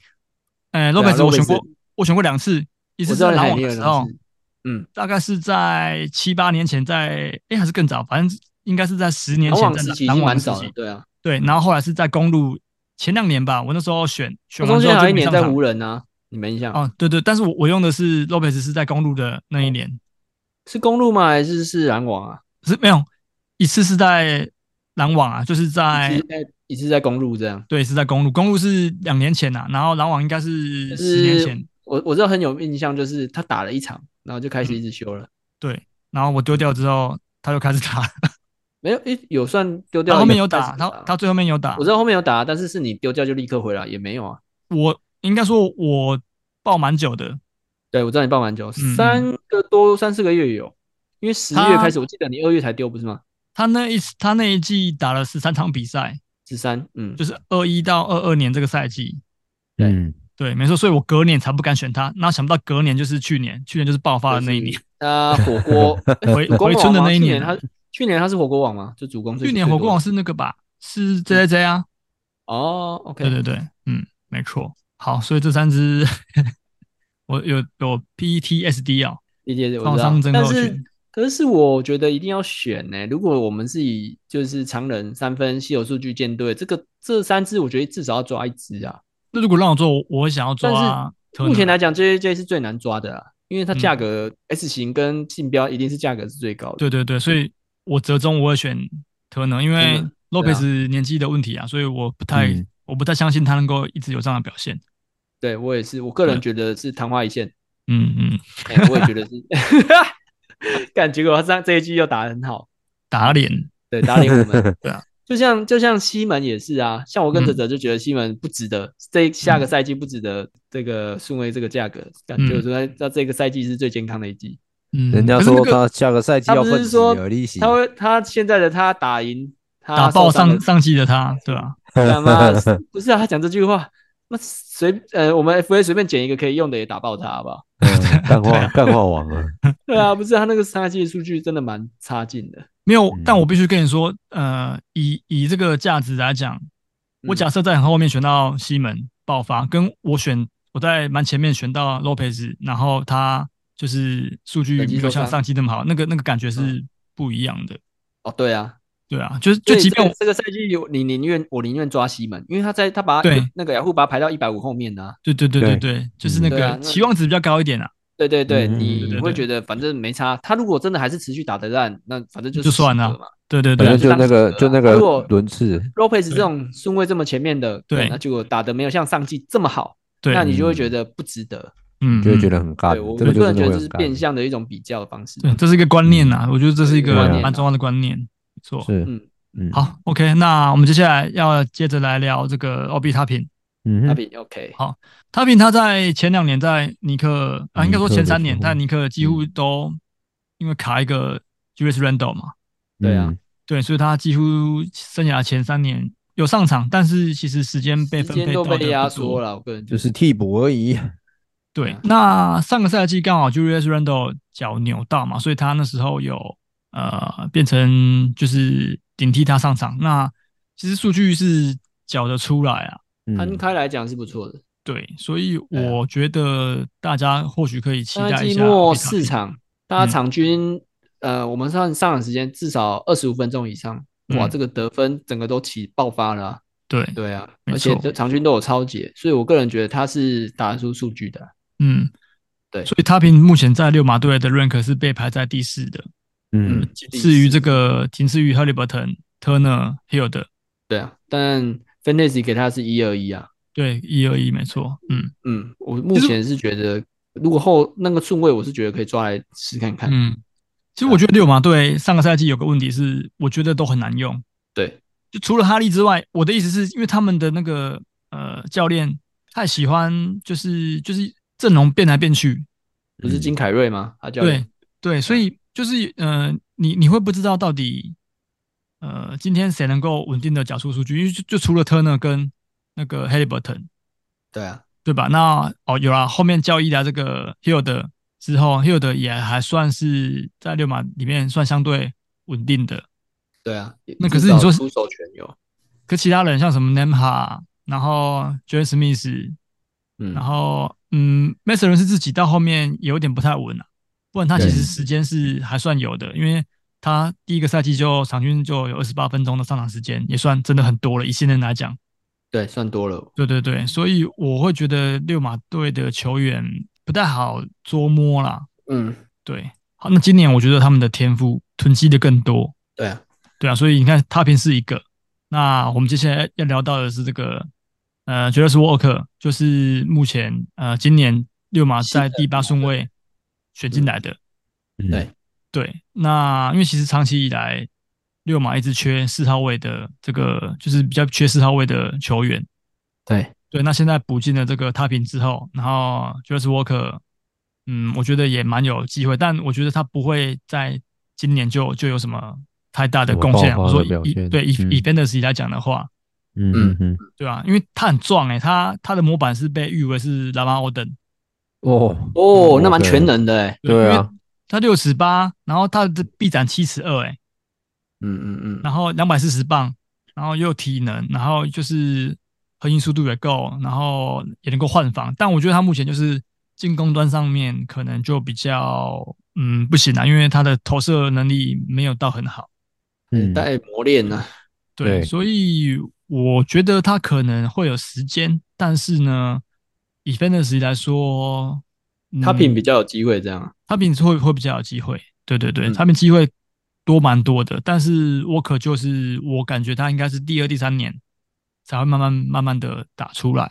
[SPEAKER 4] 哎、l
[SPEAKER 3] 对
[SPEAKER 4] o
[SPEAKER 3] 啊
[SPEAKER 4] p e z 我选过
[SPEAKER 3] Lopez，
[SPEAKER 4] 我选过两次，一
[SPEAKER 3] 我
[SPEAKER 4] 次
[SPEAKER 3] 知
[SPEAKER 4] 是
[SPEAKER 3] 道
[SPEAKER 4] 在
[SPEAKER 3] 你
[SPEAKER 4] 篮
[SPEAKER 3] 海
[SPEAKER 4] 网
[SPEAKER 3] 尼
[SPEAKER 4] 的
[SPEAKER 3] 尔
[SPEAKER 4] 时
[SPEAKER 3] 老
[SPEAKER 4] 候，
[SPEAKER 3] 师，嗯，
[SPEAKER 4] 大概是在七八年前在，哎、还是更早，反正应该是在十年
[SPEAKER 3] 篮
[SPEAKER 4] 前
[SPEAKER 3] 网
[SPEAKER 4] 在
[SPEAKER 3] 时期已
[SPEAKER 4] 篮
[SPEAKER 3] 经
[SPEAKER 4] 篮网
[SPEAKER 3] 蛮
[SPEAKER 4] 的时
[SPEAKER 3] 早了
[SPEAKER 4] 期，，
[SPEAKER 3] 对啊。
[SPEAKER 4] 对，然后后来是在公路前两年吧，我那时候选选完
[SPEAKER 3] 中
[SPEAKER 4] 之
[SPEAKER 3] 间
[SPEAKER 4] 后
[SPEAKER 3] 有
[SPEAKER 4] 就
[SPEAKER 3] 一
[SPEAKER 4] 没
[SPEAKER 3] 年
[SPEAKER 4] 上
[SPEAKER 3] 在
[SPEAKER 4] 场。
[SPEAKER 3] 湖人啊，你们印象、
[SPEAKER 4] 哦，对对，但是我我用的是 Lopez 是在公路的那一
[SPEAKER 3] 哦
[SPEAKER 4] 年，
[SPEAKER 3] 是公路吗？还是是篮网啊？
[SPEAKER 4] 可是没有一次是在篮网啊，就是在
[SPEAKER 3] 一次在一次在公路这样，
[SPEAKER 4] 对是在公路，公路是两年前呐、啊，然后篮网应该
[SPEAKER 3] 就是
[SPEAKER 4] 十年前
[SPEAKER 3] 是。我我知道很有印象，就是他打了一场，然后就
[SPEAKER 4] 嗯
[SPEAKER 3] 开始一直休了，
[SPEAKER 4] 对，然后我丢掉之后，他就开始打了。
[SPEAKER 3] 没有诶有算丢掉
[SPEAKER 4] 他
[SPEAKER 3] 了，
[SPEAKER 4] 后面有
[SPEAKER 3] 开始
[SPEAKER 4] 打，他他最后面有打
[SPEAKER 3] 我。知道后面有打，但是是你丢掉就立刻回来，也没有啊。
[SPEAKER 4] 我应该说，我报蛮久的。
[SPEAKER 3] 对，我知道你报完球，
[SPEAKER 4] 嗯
[SPEAKER 3] 三个多三四个月有，因为十月
[SPEAKER 4] 他
[SPEAKER 3] 开始，我记得你二月才丢不是吗？
[SPEAKER 4] 他那一他那一季打了十三场比赛，
[SPEAKER 3] 十三，嗯，
[SPEAKER 4] 就是二一到二二年这个赛季。
[SPEAKER 3] 对
[SPEAKER 2] 嗯，
[SPEAKER 4] 对，没错，所以我隔年才不敢选他。那想不到隔年就是去年，去年就是爆发的
[SPEAKER 3] 就是
[SPEAKER 4] 那一年。
[SPEAKER 3] 他呃火锅 诶
[SPEAKER 4] 回
[SPEAKER 3] 火锅
[SPEAKER 4] 回
[SPEAKER 3] 王
[SPEAKER 4] 春的
[SPEAKER 3] 吗
[SPEAKER 4] 那一
[SPEAKER 3] 去
[SPEAKER 4] 年
[SPEAKER 3] 他去年他是火锅王吗？就主攻最
[SPEAKER 4] 去年火锅王是那个吧？是 J J J 啊。
[SPEAKER 3] 哦，OK，
[SPEAKER 4] 对对对，嗯， 没错。好，所以这三支我有有 PTSD 啊、
[SPEAKER 3] 理解我
[SPEAKER 4] 创
[SPEAKER 3] 知
[SPEAKER 4] 伤
[SPEAKER 3] 道，
[SPEAKER 4] 症
[SPEAKER 3] 但
[SPEAKER 4] 候
[SPEAKER 3] 是
[SPEAKER 4] 群
[SPEAKER 3] 可是我觉得一定要选呢、如果我们是以就是常人三分稀有数据舰队，这个这三支我觉得至少要抓一支啊。
[SPEAKER 4] 那如果让我做，我我会想要
[SPEAKER 3] 但
[SPEAKER 4] 抓
[SPEAKER 3] 是
[SPEAKER 4] Turner。
[SPEAKER 3] 目前来讲，JJJ 是最难抓的啊，因为它
[SPEAKER 4] 嗯
[SPEAKER 3] 价格 S 型跟竞标一定是价格是最高的。
[SPEAKER 4] 对对对，所以我折中我会选 Turner，因为
[SPEAKER 3] Turner，
[SPEAKER 4] Lopez 年纪的问题啊，所以我不太、
[SPEAKER 2] 嗯
[SPEAKER 4] 我不太相信他能够一直有这样的表现。
[SPEAKER 3] 对我也是，我个人
[SPEAKER 4] 嗯
[SPEAKER 3] 觉得是昙花一现，
[SPEAKER 4] 嗯嗯，
[SPEAKER 3] 哎、我也觉得 是。 感结果他上这一季又打得很好，
[SPEAKER 4] 打脸，
[SPEAKER 3] 对，打脸我们。
[SPEAKER 4] 对啊，
[SPEAKER 3] 就像就像西门也是啊，像我跟
[SPEAKER 4] 嗯
[SPEAKER 3] 哲哲就觉得西门不值得，这下个赛季不值得这个顺位这个价格，感觉
[SPEAKER 4] 嗯
[SPEAKER 3] 我说那这个赛季是最健康的一季。
[SPEAKER 4] 嗯，
[SPEAKER 2] 人家
[SPEAKER 4] 可是
[SPEAKER 2] 说
[SPEAKER 4] 那个
[SPEAKER 2] 他下个赛季
[SPEAKER 3] 他
[SPEAKER 2] 要
[SPEAKER 3] 不
[SPEAKER 2] 奋
[SPEAKER 3] 是
[SPEAKER 2] 起
[SPEAKER 3] 说
[SPEAKER 2] 而力行，
[SPEAKER 3] 他会他现在的他打赢他
[SPEAKER 4] 打爆
[SPEAKER 3] 受伤的
[SPEAKER 4] 上上季的他，对啊吧、
[SPEAKER 3] 干嘛？不是啊，他讲这句话，那随呃，我们 FA 随便捡一个可以用的也打爆他，好不好？
[SPEAKER 2] 嗯干化干化王啊，
[SPEAKER 3] 对啊，不是啊他那个杀技数据真的蛮差劲的。
[SPEAKER 4] 没有，但
[SPEAKER 2] 嗯
[SPEAKER 4] 我必须跟你说，呃，以以这个价值来讲，我
[SPEAKER 3] 嗯
[SPEAKER 4] 假设在很后面选到西门爆发，跟我选我在蛮前面选到 Lopez，然后他就是数据
[SPEAKER 3] 本
[SPEAKER 4] 没
[SPEAKER 3] 季
[SPEAKER 4] 有
[SPEAKER 3] 受
[SPEAKER 4] 像
[SPEAKER 3] 伤
[SPEAKER 4] 上期那么好，那个那个感觉是
[SPEAKER 3] 嗯
[SPEAKER 4] 不一样的。
[SPEAKER 3] 哦，对啊，
[SPEAKER 4] 对啊，就是就
[SPEAKER 3] 所以
[SPEAKER 4] 即
[SPEAKER 3] 这个
[SPEAKER 4] 便我
[SPEAKER 3] 这个赛季有你宁愿我宁愿抓西门，因为他在他把
[SPEAKER 4] 对
[SPEAKER 3] 那个雅虎把他排到一百五后面呢、啊。
[SPEAKER 4] 对对对对
[SPEAKER 2] 对
[SPEAKER 4] 对，就是
[SPEAKER 2] 嗯
[SPEAKER 4] 那
[SPEAKER 3] 对啊
[SPEAKER 4] 个
[SPEAKER 3] 那
[SPEAKER 4] 期望值比较高一点啊，
[SPEAKER 3] 对对对，
[SPEAKER 2] 嗯对
[SPEAKER 3] 你
[SPEAKER 4] 对
[SPEAKER 3] 会
[SPEAKER 4] 对
[SPEAKER 3] 觉得反正没差。他如果真的还是持续打得烂，那反正就
[SPEAKER 4] 就算
[SPEAKER 3] 了
[SPEAKER 4] 啊。对对
[SPEAKER 2] 反
[SPEAKER 4] 对
[SPEAKER 2] 正就
[SPEAKER 3] 就当
[SPEAKER 2] 那个就那
[SPEAKER 3] 如果嗯
[SPEAKER 2] 个轮次，
[SPEAKER 3] Lopez 这种顺位这么前面的，
[SPEAKER 4] 对
[SPEAKER 3] 那结果打得没有像上季这么好，
[SPEAKER 4] 对，
[SPEAKER 3] 那你就会觉得不值得。
[SPEAKER 4] 嗯
[SPEAKER 2] 就会觉
[SPEAKER 4] 得
[SPEAKER 2] 得很干
[SPEAKER 3] 对我，
[SPEAKER 2] 这
[SPEAKER 3] 我
[SPEAKER 2] 个就
[SPEAKER 3] 个人
[SPEAKER 2] 真的
[SPEAKER 3] 觉
[SPEAKER 2] 会
[SPEAKER 3] 得这是
[SPEAKER 2] 很
[SPEAKER 3] 变
[SPEAKER 2] 干。
[SPEAKER 3] 相的一种比较的方式。
[SPEAKER 4] 对，这是一个观念呐，我觉得这是一个
[SPEAKER 2] 观念啊
[SPEAKER 4] 蛮重要的观念，没错。
[SPEAKER 2] 是，
[SPEAKER 3] 嗯
[SPEAKER 2] 嗯，
[SPEAKER 4] 好，OK，那我们接下来要接着来聊这个奥比他品。
[SPEAKER 2] 嗯
[SPEAKER 3] 阿
[SPEAKER 2] 哼，
[SPEAKER 3] 比 OK，
[SPEAKER 4] 好他平他在前两年在尼克啊，应该说
[SPEAKER 2] 尼克
[SPEAKER 4] 前
[SPEAKER 2] 的
[SPEAKER 4] 三
[SPEAKER 2] 时
[SPEAKER 4] 年，
[SPEAKER 2] 候
[SPEAKER 4] 在尼克几乎
[SPEAKER 2] 嗯
[SPEAKER 4] 都因为卡一个 Julius Randle 嘛，
[SPEAKER 3] 对啊
[SPEAKER 2] 嗯，
[SPEAKER 4] 对，所以他几乎生涯前三年有上场，但是其实时间被
[SPEAKER 3] 时
[SPEAKER 4] 分
[SPEAKER 3] 间
[SPEAKER 4] 配
[SPEAKER 3] 都
[SPEAKER 4] 到
[SPEAKER 3] 被
[SPEAKER 4] 的
[SPEAKER 3] 压
[SPEAKER 4] 不多
[SPEAKER 3] 缩。了，我个人觉
[SPEAKER 2] 就
[SPEAKER 3] 得
[SPEAKER 2] 是替补而已。
[SPEAKER 4] 对
[SPEAKER 3] 啊，
[SPEAKER 4] 那上个赛季刚好 Julius Randle 脚扭到嘛，所以他那时候有呃变成就是顶替他上场。那其实数据是缴得出来啊，
[SPEAKER 3] 摊
[SPEAKER 2] 嗯，
[SPEAKER 3] 开来讲是不错的。
[SPEAKER 4] 对，所以
[SPEAKER 3] 对啊
[SPEAKER 4] 我觉得大家或许可以期
[SPEAKER 3] 上
[SPEAKER 4] 待一
[SPEAKER 3] 季
[SPEAKER 4] 下
[SPEAKER 3] 末
[SPEAKER 4] Obi Toppin
[SPEAKER 3] 市场，大
[SPEAKER 4] 嗯
[SPEAKER 3] 家场均呃，我们算上场时间至少二十五分钟以上，哇，
[SPEAKER 4] 嗯
[SPEAKER 3] 这个得分整个都起爆发了啊。
[SPEAKER 4] 对，
[SPEAKER 3] 对啊，
[SPEAKER 4] 没
[SPEAKER 3] 而且
[SPEAKER 4] 错
[SPEAKER 3] 这场均都有超节，所以我个人觉得他是打得出数据的啊。
[SPEAKER 4] 嗯，
[SPEAKER 3] 对
[SPEAKER 4] 所以他平目前在六马队的 rank 是被排在第四的，
[SPEAKER 2] 嗯，
[SPEAKER 3] 第
[SPEAKER 4] 至于
[SPEAKER 3] 四
[SPEAKER 4] 这个仅次于 Halliburton、Turner、Hill 的，
[SPEAKER 3] 对啊，但 Fantasy 给他是一二一啊。
[SPEAKER 4] 对，一二一没错，嗯
[SPEAKER 3] 嗯，我目前是觉得，如果后那个顺位，我是觉得可以抓来试看看。
[SPEAKER 4] 嗯。其实我觉得六马队上个赛季有个问题是，我觉得都很难用，
[SPEAKER 3] 对，
[SPEAKER 4] 就除了哈利之外，我的意思是因为他们的那个呃教练太喜欢就是就是阵容变来变去，
[SPEAKER 3] 不是金凯瑞吗？他叫
[SPEAKER 4] 嗯对对，所以就是呃，你你会不知道到底呃，今天谁能够稳定的缴出数据，因为就就除了 Turner 跟那个 Halliburton，
[SPEAKER 3] 对啊，
[SPEAKER 4] 对吧？那哦有啦，后面交易来这个 Hill 的之后，Hill 的也还算是在六马里面算相对稳定的，
[SPEAKER 3] 对啊。
[SPEAKER 4] 那可
[SPEAKER 3] 至
[SPEAKER 4] 是你
[SPEAKER 3] 少
[SPEAKER 4] 说
[SPEAKER 3] 出手全有，
[SPEAKER 4] 可其他人像什么 Nemha，然后 j a s Smith，
[SPEAKER 3] 嗯，
[SPEAKER 4] 然后嗯 m e s s e r 是自己到后面有点不太稳了、啊不然他其
[SPEAKER 2] 对
[SPEAKER 4] 实时间是还算有的，因为他第一个赛季就场均就有二十八分钟的上场时间，也算真的很多了。以现在来讲，
[SPEAKER 3] 对，算多了。
[SPEAKER 4] 对对对，所以我会觉得六马队的球员不太好捉摸啦。
[SPEAKER 3] 嗯，
[SPEAKER 4] 对，好，那今年我觉得他们的天赋囤积的更多，
[SPEAKER 3] 对啊，
[SPEAKER 4] 对啊，所以你看他平是一个，那我们接下来要聊到的是这个呃 j u l i u s Walker，就是目前呃今年六马在第八顺位选进来的。
[SPEAKER 2] 嗯
[SPEAKER 3] 对，
[SPEAKER 4] 对，那因为其实长期以来六马一直缺四号位的这个，就是比较缺四号位的球员。
[SPEAKER 3] 对，
[SPEAKER 4] 对，那现在补进了这个踏平之后，然后 j u l i u s Walker，嗯，我觉得也蛮有机会，但我觉得他不会在今年就就有什么太大的
[SPEAKER 2] 什么
[SPEAKER 4] 贡献啊。
[SPEAKER 2] 爆
[SPEAKER 4] 我
[SPEAKER 2] 发
[SPEAKER 4] 说
[SPEAKER 2] 的表
[SPEAKER 4] 以以
[SPEAKER 2] 现
[SPEAKER 4] 对以以
[SPEAKER 2] 嗯
[SPEAKER 4] Fantasy 来讲的话，
[SPEAKER 2] 嗯嗯嗯，
[SPEAKER 4] 对啊，因为他很壮诶、他他的模板是被誉为是拉马欧登，
[SPEAKER 2] 哦
[SPEAKER 3] 哦，
[SPEAKER 2] 嗯
[SPEAKER 3] 那蛮
[SPEAKER 2] 对
[SPEAKER 3] 全能的哎。
[SPEAKER 2] 对啊，
[SPEAKER 4] 他六尺八，然后他的臂展七尺二诶，欸
[SPEAKER 3] 嗯嗯嗯，
[SPEAKER 4] 然后两百四十磅，然后又有体能，然后就是核心速度也够，然后也能够换防。但我觉得他目前就是进攻端上面可能就比较嗯不行啊，因为他的投射能力没有到很好。
[SPEAKER 2] 嗯，
[SPEAKER 3] 待磨练啊呢、
[SPEAKER 4] 对，
[SPEAKER 2] 对
[SPEAKER 4] 所以我觉得他可能会有时间，但是呢，以 fantasy 来说，嗯
[SPEAKER 3] 他品比较有机会这样啊。
[SPEAKER 4] 他比你会会比较有机会，对对对，
[SPEAKER 3] 嗯
[SPEAKER 4] 他们机会多蛮多的，但是沃克就是我感觉他应该是第二、第三年才会慢慢慢慢的打出来。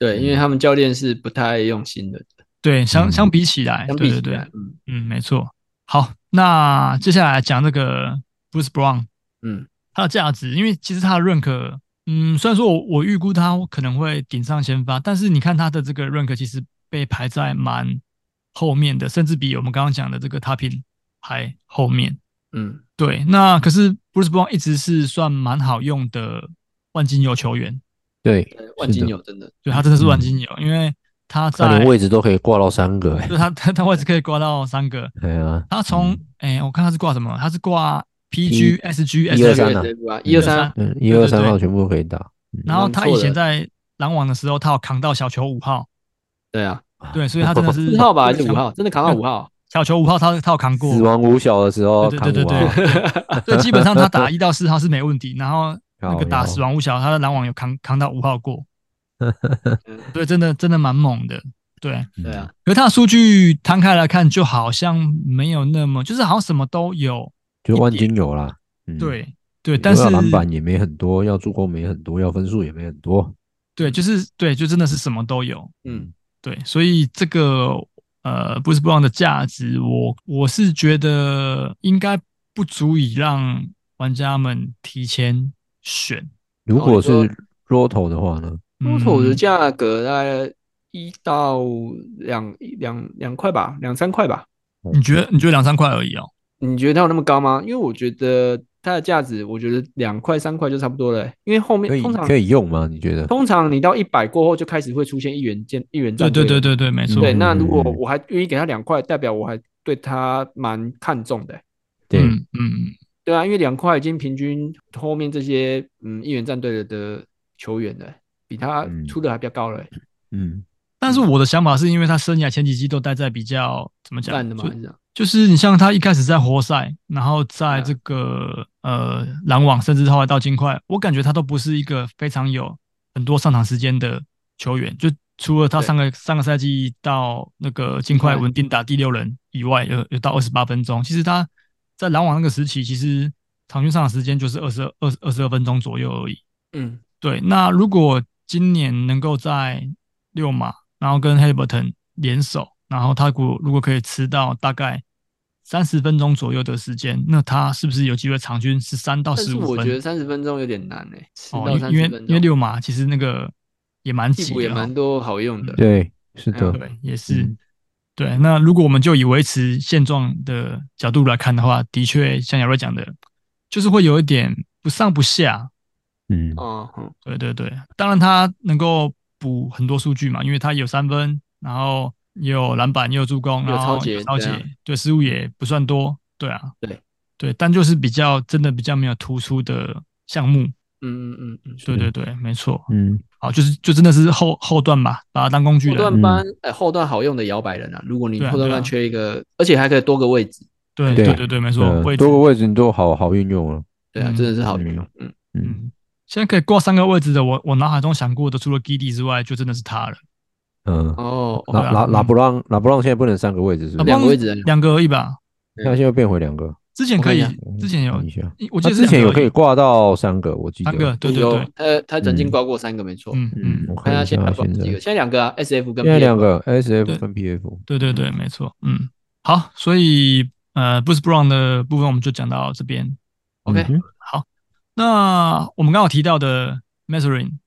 [SPEAKER 3] 对，
[SPEAKER 4] 嗯
[SPEAKER 3] 因为他们教练是不太用心的，
[SPEAKER 4] 对，相
[SPEAKER 2] 嗯
[SPEAKER 4] 相比起来，
[SPEAKER 3] 相
[SPEAKER 4] 哎对
[SPEAKER 3] 比
[SPEAKER 4] 对
[SPEAKER 3] 起
[SPEAKER 4] 对
[SPEAKER 3] 来，，嗯
[SPEAKER 4] 嗯，没错。好，那接下来讲这个 Bruce Brown
[SPEAKER 3] 嗯，
[SPEAKER 4] 他的价值，因为其实他的认可，嗯，虽然说我我预估他可能会顶上先发，但是你看他的这个认可其实被排在蛮后面的，甚至比我们刚刚讲的这个 Topping 还后面。
[SPEAKER 3] 嗯，
[SPEAKER 4] 对，那可是 Bruce Brown 一直是算蛮好用的万金油球员，
[SPEAKER 2] 对，
[SPEAKER 3] 对万
[SPEAKER 2] 是
[SPEAKER 3] 金
[SPEAKER 2] 的，
[SPEAKER 3] 油真的，
[SPEAKER 4] 对他真的是万
[SPEAKER 2] 嗯
[SPEAKER 4] 金油，因为他
[SPEAKER 2] 他
[SPEAKER 4] 在
[SPEAKER 2] 连位置都可以挂到三个、欸，
[SPEAKER 4] 就他 他他位置可以挂到三个，
[SPEAKER 2] 对啊，
[SPEAKER 4] 他从哎、我看他是挂什么？他是挂 PG、SG、
[SPEAKER 2] 一二
[SPEAKER 4] SG，
[SPEAKER 2] 三啊
[SPEAKER 3] 对吧？一二三，
[SPEAKER 2] 嗯，一二三
[SPEAKER 4] 对
[SPEAKER 2] 号全部都可以打，
[SPEAKER 4] 然后他以前
[SPEAKER 3] 蛮不错的
[SPEAKER 4] 在篮网的时候，他有扛到小球五号，
[SPEAKER 3] 对啊，
[SPEAKER 4] 对，所以他真的是
[SPEAKER 3] 四号吧还是五？号？真的扛到五号，
[SPEAKER 4] 小球五号他他有扛
[SPEAKER 2] 死
[SPEAKER 4] 过，
[SPEAKER 2] 亡五小的时候
[SPEAKER 4] 对
[SPEAKER 2] 扛
[SPEAKER 4] 对对
[SPEAKER 2] 五
[SPEAKER 4] 对
[SPEAKER 2] 号，
[SPEAKER 4] 对，基本上他打一到四号是没问题，然后 那个打
[SPEAKER 2] 靠腰
[SPEAKER 4] 死亡五小，他的篮网有扛扛到五号过，
[SPEAKER 3] 嗯
[SPEAKER 4] 对，真的真的蛮猛的，对。
[SPEAKER 2] 嗯
[SPEAKER 3] 对啊，
[SPEAKER 4] 可是他的数据摊开来看，就好像没有那么，就是好像什么都有，
[SPEAKER 2] 就万金油啦，嗯，
[SPEAKER 4] 对对，但是
[SPEAKER 2] 要篮板也没很多，要助攻没很多，要分数也没很多，
[SPEAKER 4] 对，就是对，就真的是什么都有，
[SPEAKER 3] 嗯，
[SPEAKER 4] 对，所以这个呃 b r u c e Brown 的价值，我我是觉得应该不足以让玩家们提前选。
[SPEAKER 2] 如果
[SPEAKER 3] 哦
[SPEAKER 2] 是
[SPEAKER 3] 你
[SPEAKER 2] 落头的话呢，
[SPEAKER 3] 骆驼的
[SPEAKER 4] 嗯
[SPEAKER 3] 价格大概一到两两两块吧，两三块吧。
[SPEAKER 4] 你觉得你觉得两三块而已哦？
[SPEAKER 3] 你觉得它有那么高吗？因为我觉得它的价值，我觉得两块三块就差不多了欸、因为后
[SPEAKER 2] 可
[SPEAKER 3] 面
[SPEAKER 2] 以
[SPEAKER 3] 通常
[SPEAKER 2] 可以用吗？你觉得？
[SPEAKER 3] 通常你到一百过后就开始会出现一元件一元
[SPEAKER 4] 对
[SPEAKER 3] 战
[SPEAKER 4] 对
[SPEAKER 3] 队
[SPEAKER 4] 对
[SPEAKER 3] 了
[SPEAKER 4] 对对，没错。
[SPEAKER 3] 对，
[SPEAKER 2] 嗯
[SPEAKER 3] 那如果
[SPEAKER 2] 嗯嗯
[SPEAKER 3] 我还愿意给他两块，代表我还对他蛮看重的欸、
[SPEAKER 2] 对，
[SPEAKER 4] 嗯嗯，
[SPEAKER 3] 对啊，因为两块已经平均后面这些嗯一元战队的的球员了欸，比他
[SPEAKER 2] 嗯
[SPEAKER 3] 出的还比较高了欸、
[SPEAKER 2] 嗯，
[SPEAKER 4] 但是我的想法是因为他生涯前几季都待在比较怎么讲
[SPEAKER 3] 烂的嘛，
[SPEAKER 4] 就
[SPEAKER 3] 还是这样
[SPEAKER 4] 就是你像他一开始在活塞，然后在
[SPEAKER 3] 嗯
[SPEAKER 4] 这个、呃篮网，甚至后来到金块，我感觉他都不是一个非常有很多上场时间的球员。就除了他
[SPEAKER 3] 对
[SPEAKER 4] 上个上个赛季到那个金块
[SPEAKER 3] 金块
[SPEAKER 4] 稳定打第六人以外，有有到二十八分钟。其实他在篮网那个时期，其实场均上场时间就是二十二二十二分钟左右而已。
[SPEAKER 3] 嗯，
[SPEAKER 4] 对，那如果今年能够在六马，然后跟 Halliburton 联手，然后他如果如果可以吃到大概三十分钟左右的时间，那他是不是有机会场均是三到
[SPEAKER 3] 但
[SPEAKER 4] 十
[SPEAKER 3] 是
[SPEAKER 4] 五
[SPEAKER 3] 我觉得
[SPEAKER 4] 分？
[SPEAKER 3] 三十分钟有点难诶、欸，吃
[SPEAKER 4] 哦，
[SPEAKER 3] 到
[SPEAKER 4] 因
[SPEAKER 3] 三
[SPEAKER 4] 因
[SPEAKER 3] 十
[SPEAKER 4] 为
[SPEAKER 3] 分
[SPEAKER 4] 因为
[SPEAKER 3] 钟，
[SPEAKER 4] 六马其实那个也蛮
[SPEAKER 3] 替
[SPEAKER 4] 挤
[SPEAKER 3] 补也
[SPEAKER 4] 的哦、
[SPEAKER 3] 蛮多好用的。
[SPEAKER 2] 对，是的，
[SPEAKER 3] 嗯
[SPEAKER 4] 对，也是、
[SPEAKER 2] 嗯
[SPEAKER 4] 对。那如果我们就以维持现状的角度来看的话，的确像亚瑞讲的，就是会有一点不上不下，
[SPEAKER 2] 嗯，
[SPEAKER 3] 哦，嗯
[SPEAKER 4] 对对对，当然他能够补很多数据嘛，因为他有三分，然后也有篮板，也有助攻，
[SPEAKER 3] 有
[SPEAKER 4] 然后有
[SPEAKER 3] 超截
[SPEAKER 4] 超
[SPEAKER 3] 对啊
[SPEAKER 4] 截，对失误也不算多，对啊，
[SPEAKER 3] 对
[SPEAKER 4] 对，但就是比较真的比较没有突出的项目，
[SPEAKER 3] 嗯嗯嗯，
[SPEAKER 4] 对对对，没错，
[SPEAKER 2] 嗯，
[SPEAKER 4] 好，就是就真的是后后段吧，把它当工具
[SPEAKER 3] 后
[SPEAKER 4] 人，
[SPEAKER 3] 段班，哎、后段好用的摇摆人啊！如果你
[SPEAKER 4] 嗯对啊
[SPEAKER 3] 后段
[SPEAKER 4] 对啊
[SPEAKER 3] 班缺一个，而且还可以多个位置，
[SPEAKER 4] 对
[SPEAKER 2] 对
[SPEAKER 4] 对对对，没错，
[SPEAKER 2] 呃
[SPEAKER 4] 位置
[SPEAKER 2] 多个，位置你都好好运用了，
[SPEAKER 3] 对啊，
[SPEAKER 4] 嗯
[SPEAKER 3] 真的是好运用。嗯，
[SPEAKER 2] 嗯
[SPEAKER 4] 嗯，现在可以挂三个位置的，我我脑海中想过的，除了 Giddy 之外，就真的是他了，
[SPEAKER 2] 嗯，
[SPEAKER 3] 哦，
[SPEAKER 4] 对
[SPEAKER 2] 拉
[SPEAKER 4] 啊
[SPEAKER 2] 拉拉
[SPEAKER 4] 嗯
[SPEAKER 2] 布朗拉布朗现在不能三个位置是不是
[SPEAKER 3] 两？个位置而已
[SPEAKER 4] 两个而已吧，
[SPEAKER 2] 他现在变回两个，
[SPEAKER 4] 之前
[SPEAKER 3] 我
[SPEAKER 4] 可
[SPEAKER 3] 看一
[SPEAKER 4] 以
[SPEAKER 3] 下，嗯
[SPEAKER 4] 之前有
[SPEAKER 2] 看一，下，
[SPEAKER 4] 我记
[SPEAKER 2] 他
[SPEAKER 4] 得是
[SPEAKER 2] 啊之前
[SPEAKER 4] 两
[SPEAKER 2] 有
[SPEAKER 4] 个
[SPEAKER 2] 可
[SPEAKER 4] 而已
[SPEAKER 2] 以挂到三个，我记得
[SPEAKER 4] 三个，对对
[SPEAKER 3] 有
[SPEAKER 4] 对。
[SPEAKER 3] 他他曾经
[SPEAKER 2] 嗯
[SPEAKER 3] 刮过三个，没错。
[SPEAKER 4] 嗯
[SPEAKER 2] 嗯
[SPEAKER 4] 嗯，，
[SPEAKER 2] 我看
[SPEAKER 3] 看
[SPEAKER 2] 一下
[SPEAKER 3] 他现在刮
[SPEAKER 2] 现
[SPEAKER 3] 几个？
[SPEAKER 2] 在
[SPEAKER 3] 现在两个啊，SF 跟
[SPEAKER 2] 现在
[SPEAKER 3] PF
[SPEAKER 2] 两个 S
[SPEAKER 4] 对
[SPEAKER 2] F 跟 P F，
[SPEAKER 4] 对对对，没错，嗯，好，所以呃 b u s Brown 的部分我们就讲到这边。
[SPEAKER 3] OK
[SPEAKER 2] 嗯哼
[SPEAKER 4] 那我们刚好提到的 m a s e r i n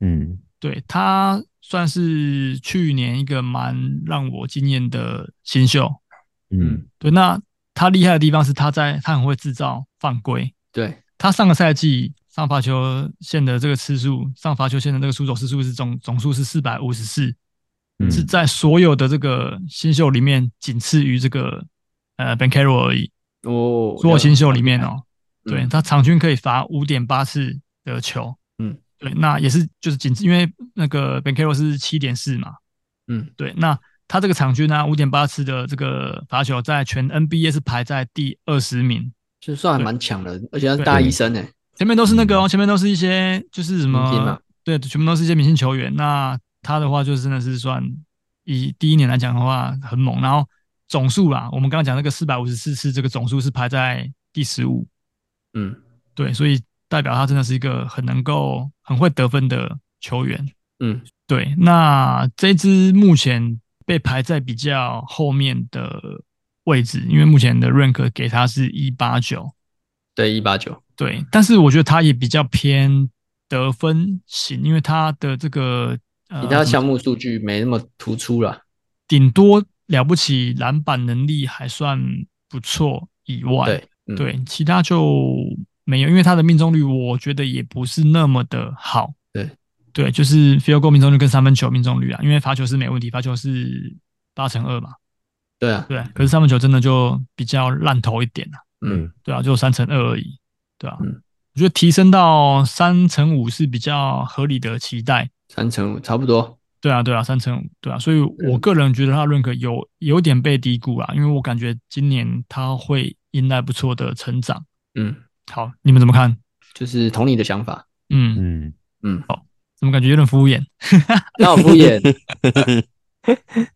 [SPEAKER 2] 嗯，
[SPEAKER 4] 对他算是去年一个蛮让我惊艳的新秀。
[SPEAKER 2] 嗯，
[SPEAKER 4] 对，那他厉害的地方是他在他很会制造犯规。
[SPEAKER 3] 对，
[SPEAKER 4] 他上个赛季上罚球线的这个次数，上罚球线的这个出手次数是总总数是四百五十四，
[SPEAKER 2] 嗯
[SPEAKER 4] 是在所有的这个新秀里面仅次于这个呃 Ben Carroll 而已。
[SPEAKER 3] 哦，
[SPEAKER 4] 所有新秀里面
[SPEAKER 3] 了解，
[SPEAKER 4] 哦，对
[SPEAKER 3] 嗯
[SPEAKER 4] 他场均可以罚五点八次的球，
[SPEAKER 3] 嗯，
[SPEAKER 4] 对，那也是就是仅次，因为那个 Ben Caro 是七点四嘛，
[SPEAKER 3] 嗯，
[SPEAKER 4] 对，那他这个场均啊五点八次的这个罚球，在全 NBA 是排在第二十名，
[SPEAKER 3] 就算还蛮强的，而且他是大医生哎，
[SPEAKER 4] 前面都是那个哦，前面都是一些就是什
[SPEAKER 3] 明星
[SPEAKER 4] 么
[SPEAKER 3] 嘛，
[SPEAKER 4] 对，全部都是一些明星球员。那他的话就真的是算以第一年来讲的话很猛，然后总数啦，我们刚刚讲那个四百五十四次，这个总数是排在第十五，
[SPEAKER 3] 嗯
[SPEAKER 4] 对，所以代表他真的是一个很能够很会得分的球员。
[SPEAKER 3] 嗯，
[SPEAKER 4] 对，那这一支目前被排在比较后面的位置，因为目前的 rank 给他是一八九，
[SPEAKER 3] 对，一八九，
[SPEAKER 4] 对，但是我觉得他也比较偏得分型，因为他的这个呃
[SPEAKER 3] 其
[SPEAKER 4] 什
[SPEAKER 3] 他
[SPEAKER 4] 么
[SPEAKER 3] 项目数据没那么突出啦。
[SPEAKER 4] 顶多了不起篮板能力还算不错以外，
[SPEAKER 3] 对，嗯，
[SPEAKER 4] 对，其他就没有，因为他的命中率我觉得也不是那么的好。
[SPEAKER 3] 对，
[SPEAKER 4] 对，就是 field goal 命中率跟三分球命中率啊，因为罚球是没问题，罚球是八乘二嘛，
[SPEAKER 3] 对啊，
[SPEAKER 4] 对。可是三分球真的就比较烂头一点啊，
[SPEAKER 3] 嗯，
[SPEAKER 4] 对啊，就三乘二而已，对啊。
[SPEAKER 3] 嗯
[SPEAKER 4] 我觉得提升到三乘五是比较合理的期待，
[SPEAKER 3] 三乘五差不多。
[SPEAKER 4] 对啊，对啊，三乘五，对啊，所以
[SPEAKER 3] 嗯
[SPEAKER 4] 我个人觉得他的认可有有点被低估啊，因为我感觉今年他会迎来不错的成长。
[SPEAKER 3] 嗯，
[SPEAKER 4] 好，你们怎么看？
[SPEAKER 3] 就是同你的想法。
[SPEAKER 4] 嗯，
[SPEAKER 5] 嗯，
[SPEAKER 4] 怎么感觉有点敷衍？
[SPEAKER 3] 那我敷衍，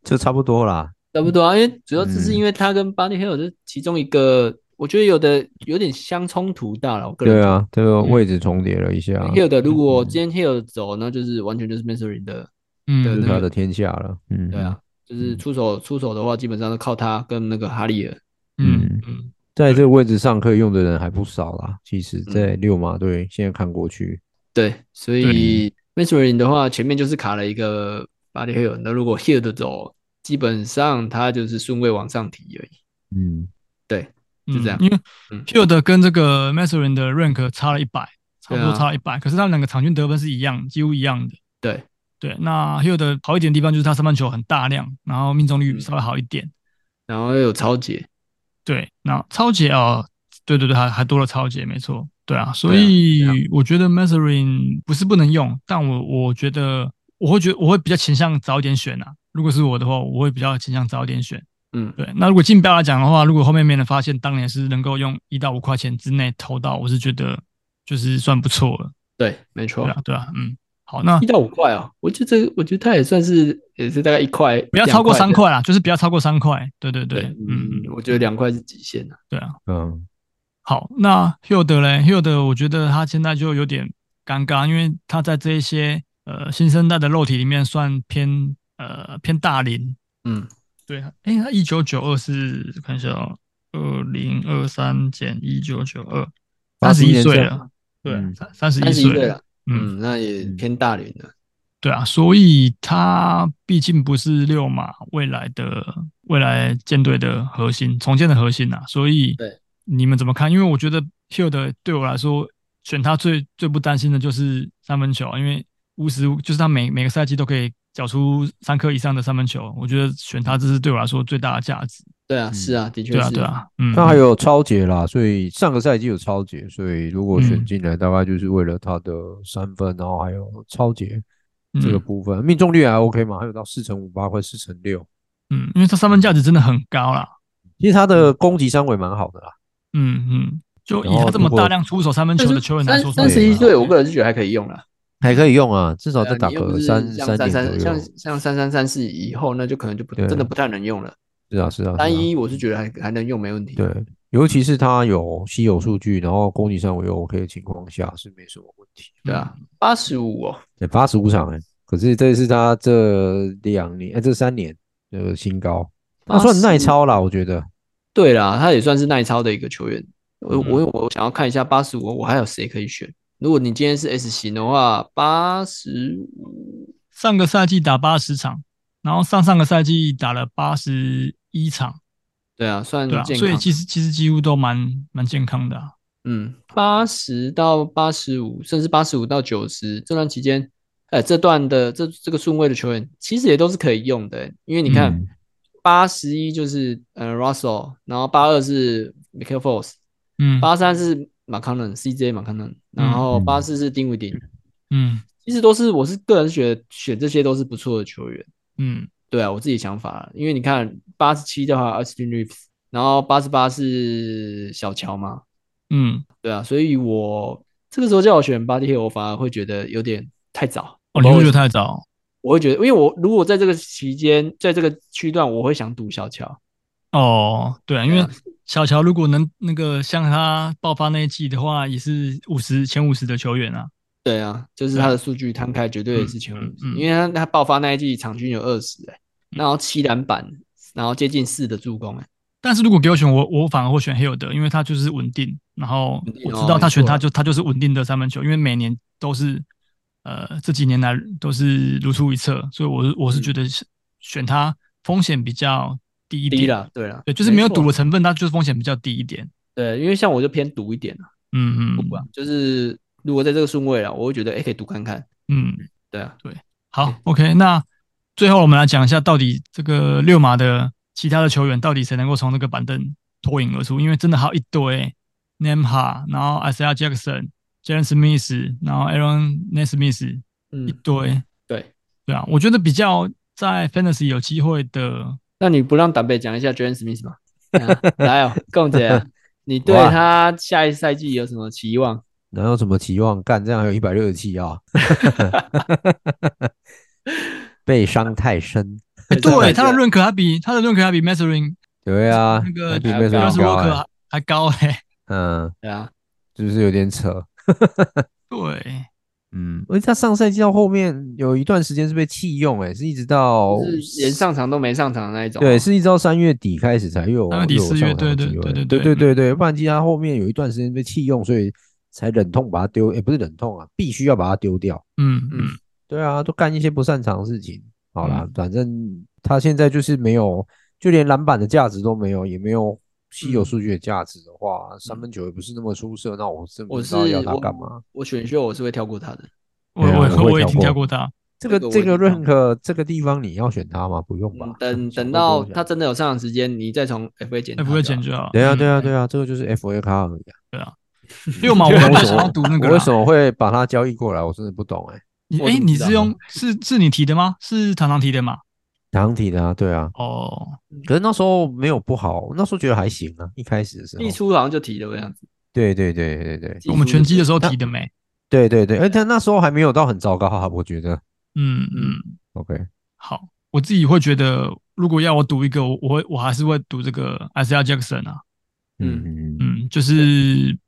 [SPEAKER 2] 就差不多啦。
[SPEAKER 3] 差不多啊，因为主要就是
[SPEAKER 2] 嗯
[SPEAKER 3] 因为他跟 Body Hill 是其中一个，我觉得有的有点相冲突大了。我个人
[SPEAKER 2] 对
[SPEAKER 3] 觉得
[SPEAKER 2] 啊，这啊个位置重叠了一下，
[SPEAKER 3] ，Hill 的如果今天 Hill 走，那就是完全就是 Misery 的，
[SPEAKER 4] 嗯
[SPEAKER 2] 是
[SPEAKER 3] 对，
[SPEAKER 2] 他的天下了。嗯，
[SPEAKER 3] 对啊，就是出手出手的话，基本上都靠他跟那个哈利尔。
[SPEAKER 4] 嗯嗯，
[SPEAKER 2] 在这个位置上可以用的人还不少啦。其实，在六马队现在看过去，
[SPEAKER 3] 对，所以 Misery 的话，前面就是卡了一个 Body Hill，那如果 Hill 的走，基本上他就是顺位往上提而已。
[SPEAKER 2] 嗯，
[SPEAKER 3] 就这样
[SPEAKER 4] 嗯因为
[SPEAKER 3] 嗯
[SPEAKER 4] Hield 跟这个 m a s e r i n 的 rank 差了一百，差不
[SPEAKER 3] 对
[SPEAKER 4] 多
[SPEAKER 3] 啊
[SPEAKER 4] 差了一百，可是他们两个场均得分是一样，几乎一样的。
[SPEAKER 3] 对，
[SPEAKER 4] 对，那 Hield 的好一点的地方就是他三分球很大量，然后命中
[SPEAKER 3] 嗯
[SPEAKER 4] 率稍微好一点。
[SPEAKER 3] 然后又有超姐，
[SPEAKER 4] 对，那超姐哦，对对对，还还多了超姐，没错，对啊，所
[SPEAKER 3] 对啊对啊
[SPEAKER 4] 以我觉得 m a s e r i n 不是不能用，但我我觉得我会觉得我会比较倾向早一点选啊。如果是我的话，我会比较倾向早一点选。
[SPEAKER 3] 嗯，
[SPEAKER 4] 对，那如果竞标来讲的话，如果后面没人发现，当年是能够用一到五块钱之内投到，我是觉得就是算不错了。
[SPEAKER 3] 对，没错
[SPEAKER 4] 对。啊，对啊，嗯，好，那
[SPEAKER 3] 一到五块哦，我觉得这个，我觉得它也算是也是大概一块，
[SPEAKER 4] 不要超过
[SPEAKER 3] 两
[SPEAKER 4] 三
[SPEAKER 3] 的。
[SPEAKER 4] 块啦，就是不要超过三块。对对对
[SPEAKER 3] 对，，
[SPEAKER 4] 嗯，
[SPEAKER 3] 嗯，我觉得两块是极限了。
[SPEAKER 4] 对啊。
[SPEAKER 2] 嗯，
[SPEAKER 4] 好，那 Hild 嘞，Hild，我觉得他现在就有点尴尬，因为他在这一些呃新生代的肉体里面算偏呃偏大龄，
[SPEAKER 3] 嗯，
[SPEAKER 4] 对，哎、他一九九二是看一下哦，二零二三减一九九二，三十
[SPEAKER 2] 81
[SPEAKER 4] 一岁
[SPEAKER 2] 年
[SPEAKER 4] 了，对
[SPEAKER 2] 嗯，
[SPEAKER 4] 三三十
[SPEAKER 3] 三
[SPEAKER 4] 一
[SPEAKER 3] 十一岁
[SPEAKER 4] 岁
[SPEAKER 3] 了，，
[SPEAKER 4] 嗯，
[SPEAKER 3] 嗯，那也偏大龄了。
[SPEAKER 4] 对啊，所以他毕竟不是六马未来的未来舰队的核心，重建的核心啊，所以
[SPEAKER 3] 对
[SPEAKER 4] 你们怎么看？因为我觉得 Hill 的对我来说，选他最最不担心的就是三分球啊，因为无时无就是他每每个赛季都可以缴出三颗以上的三分球，我觉得选他这是对我来说最大的价值。
[SPEAKER 3] 对啊，是啊，的确
[SPEAKER 4] 对啊，
[SPEAKER 3] 是
[SPEAKER 4] 对。啊，嗯，
[SPEAKER 2] 他还有超杰啦，所以上个赛季有超杰，所以如果选
[SPEAKER 4] 嗯
[SPEAKER 2] 进来，大概就是为了他的三分，然后还有超杰
[SPEAKER 4] 嗯
[SPEAKER 2] 这个部分，命中率还 OK 嘛，还有到四乘五八或四乘六，
[SPEAKER 4] 嗯，因为他三分价值真的很高啦，
[SPEAKER 2] 其实他的攻击三围蛮好的啦。
[SPEAKER 4] 嗯嗯，就以
[SPEAKER 2] 然
[SPEAKER 4] 他
[SPEAKER 2] 后
[SPEAKER 4] 这么
[SPEAKER 2] 如果
[SPEAKER 4] 大量出手三分球的球员来说，
[SPEAKER 3] 三十一
[SPEAKER 2] 31
[SPEAKER 3] 岁，我个人是觉得还可以用了。
[SPEAKER 2] 还可以用啊，至少
[SPEAKER 3] 对
[SPEAKER 2] 再
[SPEAKER 3] 啊
[SPEAKER 2] 打
[SPEAKER 3] 你又
[SPEAKER 2] 个
[SPEAKER 3] 不是
[SPEAKER 2] 三
[SPEAKER 3] 像
[SPEAKER 2] 点
[SPEAKER 3] 三
[SPEAKER 2] 左
[SPEAKER 3] 三，像
[SPEAKER 2] 右。
[SPEAKER 3] 像三三三四以后，那就可能就不
[SPEAKER 2] 对
[SPEAKER 3] 真的不太能用了。
[SPEAKER 2] 是啊，是啊，
[SPEAKER 3] 单
[SPEAKER 2] 是啊
[SPEAKER 3] 一我是觉得还还能用，没问题。
[SPEAKER 2] 对，啊尤其是他有稀有数据，然后攻击上我又 OK 的情况下是没什么问题。
[SPEAKER 3] 对啊，八十五哦，
[SPEAKER 2] 对，八十五场哎、可是这是他这两年哎、这三年的新高，他算耐
[SPEAKER 3] 85
[SPEAKER 2] 超啦，我觉得。
[SPEAKER 3] 对啦，他也算是耐操的一个球员。我
[SPEAKER 2] 嗯
[SPEAKER 3] 我我想要看一下八十五，我还有谁可以选？如果你今天是 S 型的话，八十五
[SPEAKER 4] 上个赛季打八十场，然后上上个赛季打了八十一场，
[SPEAKER 3] 对啊，算
[SPEAKER 4] 对啊，
[SPEAKER 3] 健
[SPEAKER 4] 所
[SPEAKER 3] 康。
[SPEAKER 4] 以其实其实几乎都蛮蛮健康的、啊。
[SPEAKER 3] 嗯，八十到八十五，甚至八十五到九十这段期间，哎，这段的这这个顺位的球员其实也都是可以用的，欸因为你看
[SPEAKER 2] 嗯
[SPEAKER 3] 八十一就是呃 Russell，然后八二是 Michael Force，
[SPEAKER 4] 嗯
[SPEAKER 3] 八三是 McConnell CJ McConnell，然后
[SPEAKER 2] 嗯
[SPEAKER 3] 八四是丁威迪，
[SPEAKER 4] 嗯
[SPEAKER 3] 其实都是我是个人觉得选这些都是不错的球员。
[SPEAKER 4] 嗯
[SPEAKER 3] 对啊，我自己想法啦，因为你看八十七的话，Austin Reeves，然后八十八是小乔嘛，
[SPEAKER 4] 嗯，
[SPEAKER 3] 对啊，所以我这个时候叫我选 Body Hill，我反而会觉得有点太早。
[SPEAKER 4] 哦，你会不会觉得太早？
[SPEAKER 3] 我会觉得，因为我如果在这个期间，在这个区段，我会想赌小乔。
[SPEAKER 4] 哦，对啊，因
[SPEAKER 3] 对
[SPEAKER 4] 为
[SPEAKER 3] 啊
[SPEAKER 4] 小乔如果能那个像他爆发那一季的话，也是五十前五十的球员啊。
[SPEAKER 3] 对啊，就是他的数据摊开，绝对也是前五
[SPEAKER 4] 嗯嗯嗯嗯
[SPEAKER 3] 因为他他爆发那一季场均有二十哎，然后七篮板，然后接近四的助攻哎、
[SPEAKER 4] 但是如果给我选，我我反而会选 Hill 的，因为他就是稳定，然后
[SPEAKER 3] 稳定
[SPEAKER 4] 我
[SPEAKER 3] 哦
[SPEAKER 4] 知道他
[SPEAKER 3] 没
[SPEAKER 4] 选
[SPEAKER 3] 错
[SPEAKER 4] 他就他就是稳定的三分球，因为每年都是呃这几年来都是如出一辙，所以我是我
[SPEAKER 3] 嗯
[SPEAKER 4] 是觉得选选他风险比较低一
[SPEAKER 3] 低
[SPEAKER 4] 点，
[SPEAKER 3] 了，对了，
[SPEAKER 4] 对，就是没有
[SPEAKER 3] 错
[SPEAKER 4] 赌的成分，它就是风险比较低一点。
[SPEAKER 3] 对，因为像我就偏赌一点啊，
[SPEAKER 4] 嗯
[SPEAKER 3] 不管、就是如果在这个顺位了，我会觉得哎、可以赌看看，
[SPEAKER 4] 嗯嗯，
[SPEAKER 3] 对啊，
[SPEAKER 4] 好，OK，那最后我们来讲一下，到底这个六马的其他的球员到底谁能够从这个板凳脱颖而出？因为真的还有一堆 Nemha，然后 Isaiah Jackson、Jalen Smith，然后 Aaron Nesmith，一
[SPEAKER 3] 嗯，
[SPEAKER 4] 堆。
[SPEAKER 3] 对。
[SPEAKER 4] 对啊，我觉得比较在 Fantasy 有机会的，
[SPEAKER 3] 那你不让党北讲一下 j a n Smith 吗？啊来哦，共姐啊、你对
[SPEAKER 2] 哇
[SPEAKER 3] 他下一赛季有什么期望？
[SPEAKER 2] 哪有什么期望？干这样还有一百六十七 啊！ 被伤太深。
[SPEAKER 4] 哎对他的
[SPEAKER 3] 论
[SPEAKER 4] 认可还比他的认可还比 m a s t e r i n
[SPEAKER 2] 对啊，
[SPEAKER 4] 那个
[SPEAKER 2] 还比
[SPEAKER 3] 还
[SPEAKER 2] Mason
[SPEAKER 3] 对啊
[SPEAKER 4] Chris
[SPEAKER 3] 还
[SPEAKER 2] 高欸
[SPEAKER 4] Walker 还还高嘞、
[SPEAKER 2] 嗯，
[SPEAKER 3] 对啊，
[SPEAKER 2] 就是有点扯。
[SPEAKER 4] 对，
[SPEAKER 2] 嗯，而且他上赛季到后面有一段时间是被弃用、欸，是一直到
[SPEAKER 3] 就是连上哦场都没上场的那一种。啊
[SPEAKER 2] 对，是一直到三月底开始才有
[SPEAKER 4] 三月底
[SPEAKER 2] 有
[SPEAKER 4] 四月
[SPEAKER 2] 上场
[SPEAKER 4] 对
[SPEAKER 2] 的
[SPEAKER 4] 对
[SPEAKER 2] 机会
[SPEAKER 4] 对对
[SPEAKER 2] 对
[SPEAKER 4] 对
[SPEAKER 2] 对
[SPEAKER 4] 嗯
[SPEAKER 2] 对对，不然其实他后面有一段时间被弃用，所以才忍痛把他丢，也、不是忍痛啊，必须要把他丢掉。
[SPEAKER 4] 嗯
[SPEAKER 3] 嗯
[SPEAKER 4] 嗯，
[SPEAKER 2] 对啊，都干一些不擅长的事情。好啦，反正他现在就是没有，就连篮板的价值都没有，也没有稀
[SPEAKER 3] 嗯
[SPEAKER 2] 有数据的价值的话，三分球也不是那么出色，那我真不
[SPEAKER 3] 我
[SPEAKER 2] 知
[SPEAKER 3] 是
[SPEAKER 2] 道要他干嘛。
[SPEAKER 3] 我选秀我是会跳过他的，
[SPEAKER 4] 我
[SPEAKER 2] 对啊
[SPEAKER 4] 我
[SPEAKER 2] 我会
[SPEAKER 4] 我也
[SPEAKER 2] 跳
[SPEAKER 4] 听跳
[SPEAKER 2] 过
[SPEAKER 4] 过他，
[SPEAKER 2] 这个
[SPEAKER 3] 这
[SPEAKER 2] 这
[SPEAKER 3] 个我
[SPEAKER 2] 个
[SPEAKER 3] 也知
[SPEAKER 2] rank 这个地方你要选他吗？不用吧
[SPEAKER 3] 嗯。等
[SPEAKER 2] 想
[SPEAKER 3] 等
[SPEAKER 2] 都不用
[SPEAKER 3] 到
[SPEAKER 2] 想
[SPEAKER 3] 他真的有上场时间，你再从 FA 减。
[SPEAKER 4] 哎，不会减就好。
[SPEAKER 2] 对啊，
[SPEAKER 4] 嗯
[SPEAKER 2] 对啊，对啊，这个就是 FA 卡而已啊。
[SPEAKER 4] 六毛，我
[SPEAKER 2] 对啊
[SPEAKER 4] 原
[SPEAKER 2] 为
[SPEAKER 4] 本
[SPEAKER 2] 什
[SPEAKER 4] 想
[SPEAKER 2] 么
[SPEAKER 4] 要读那个
[SPEAKER 2] 我
[SPEAKER 4] 啦。
[SPEAKER 2] 为什么会把他交易过来？我真的不懂哎。
[SPEAKER 4] 你
[SPEAKER 3] 我
[SPEAKER 4] 哎，
[SPEAKER 3] 怎么
[SPEAKER 4] 你
[SPEAKER 3] 知道
[SPEAKER 4] 是用是是你提的吗？是糖糖提的吗？
[SPEAKER 2] 长体的啊，对啊，
[SPEAKER 4] 哦，
[SPEAKER 2] 可是那时候没有不好，那时候觉得还行啊，一开始的时候
[SPEAKER 3] 一。出好像就提了这样子。
[SPEAKER 2] 对对对对对
[SPEAKER 3] 技术
[SPEAKER 4] 我们拳击的时候
[SPEAKER 2] 那
[SPEAKER 4] 提的没？
[SPEAKER 2] 对对对，而且那时候还没有到很糟糕啊，我觉得。
[SPEAKER 4] 嗯嗯，
[SPEAKER 2] OK，
[SPEAKER 4] 好，我自己会觉得，如果要我赌一个，我我会我还是会赌这个 Isaiah Jackson 啊，
[SPEAKER 2] 嗯
[SPEAKER 3] 嗯
[SPEAKER 2] 嗯嗯，
[SPEAKER 4] 嗯，就是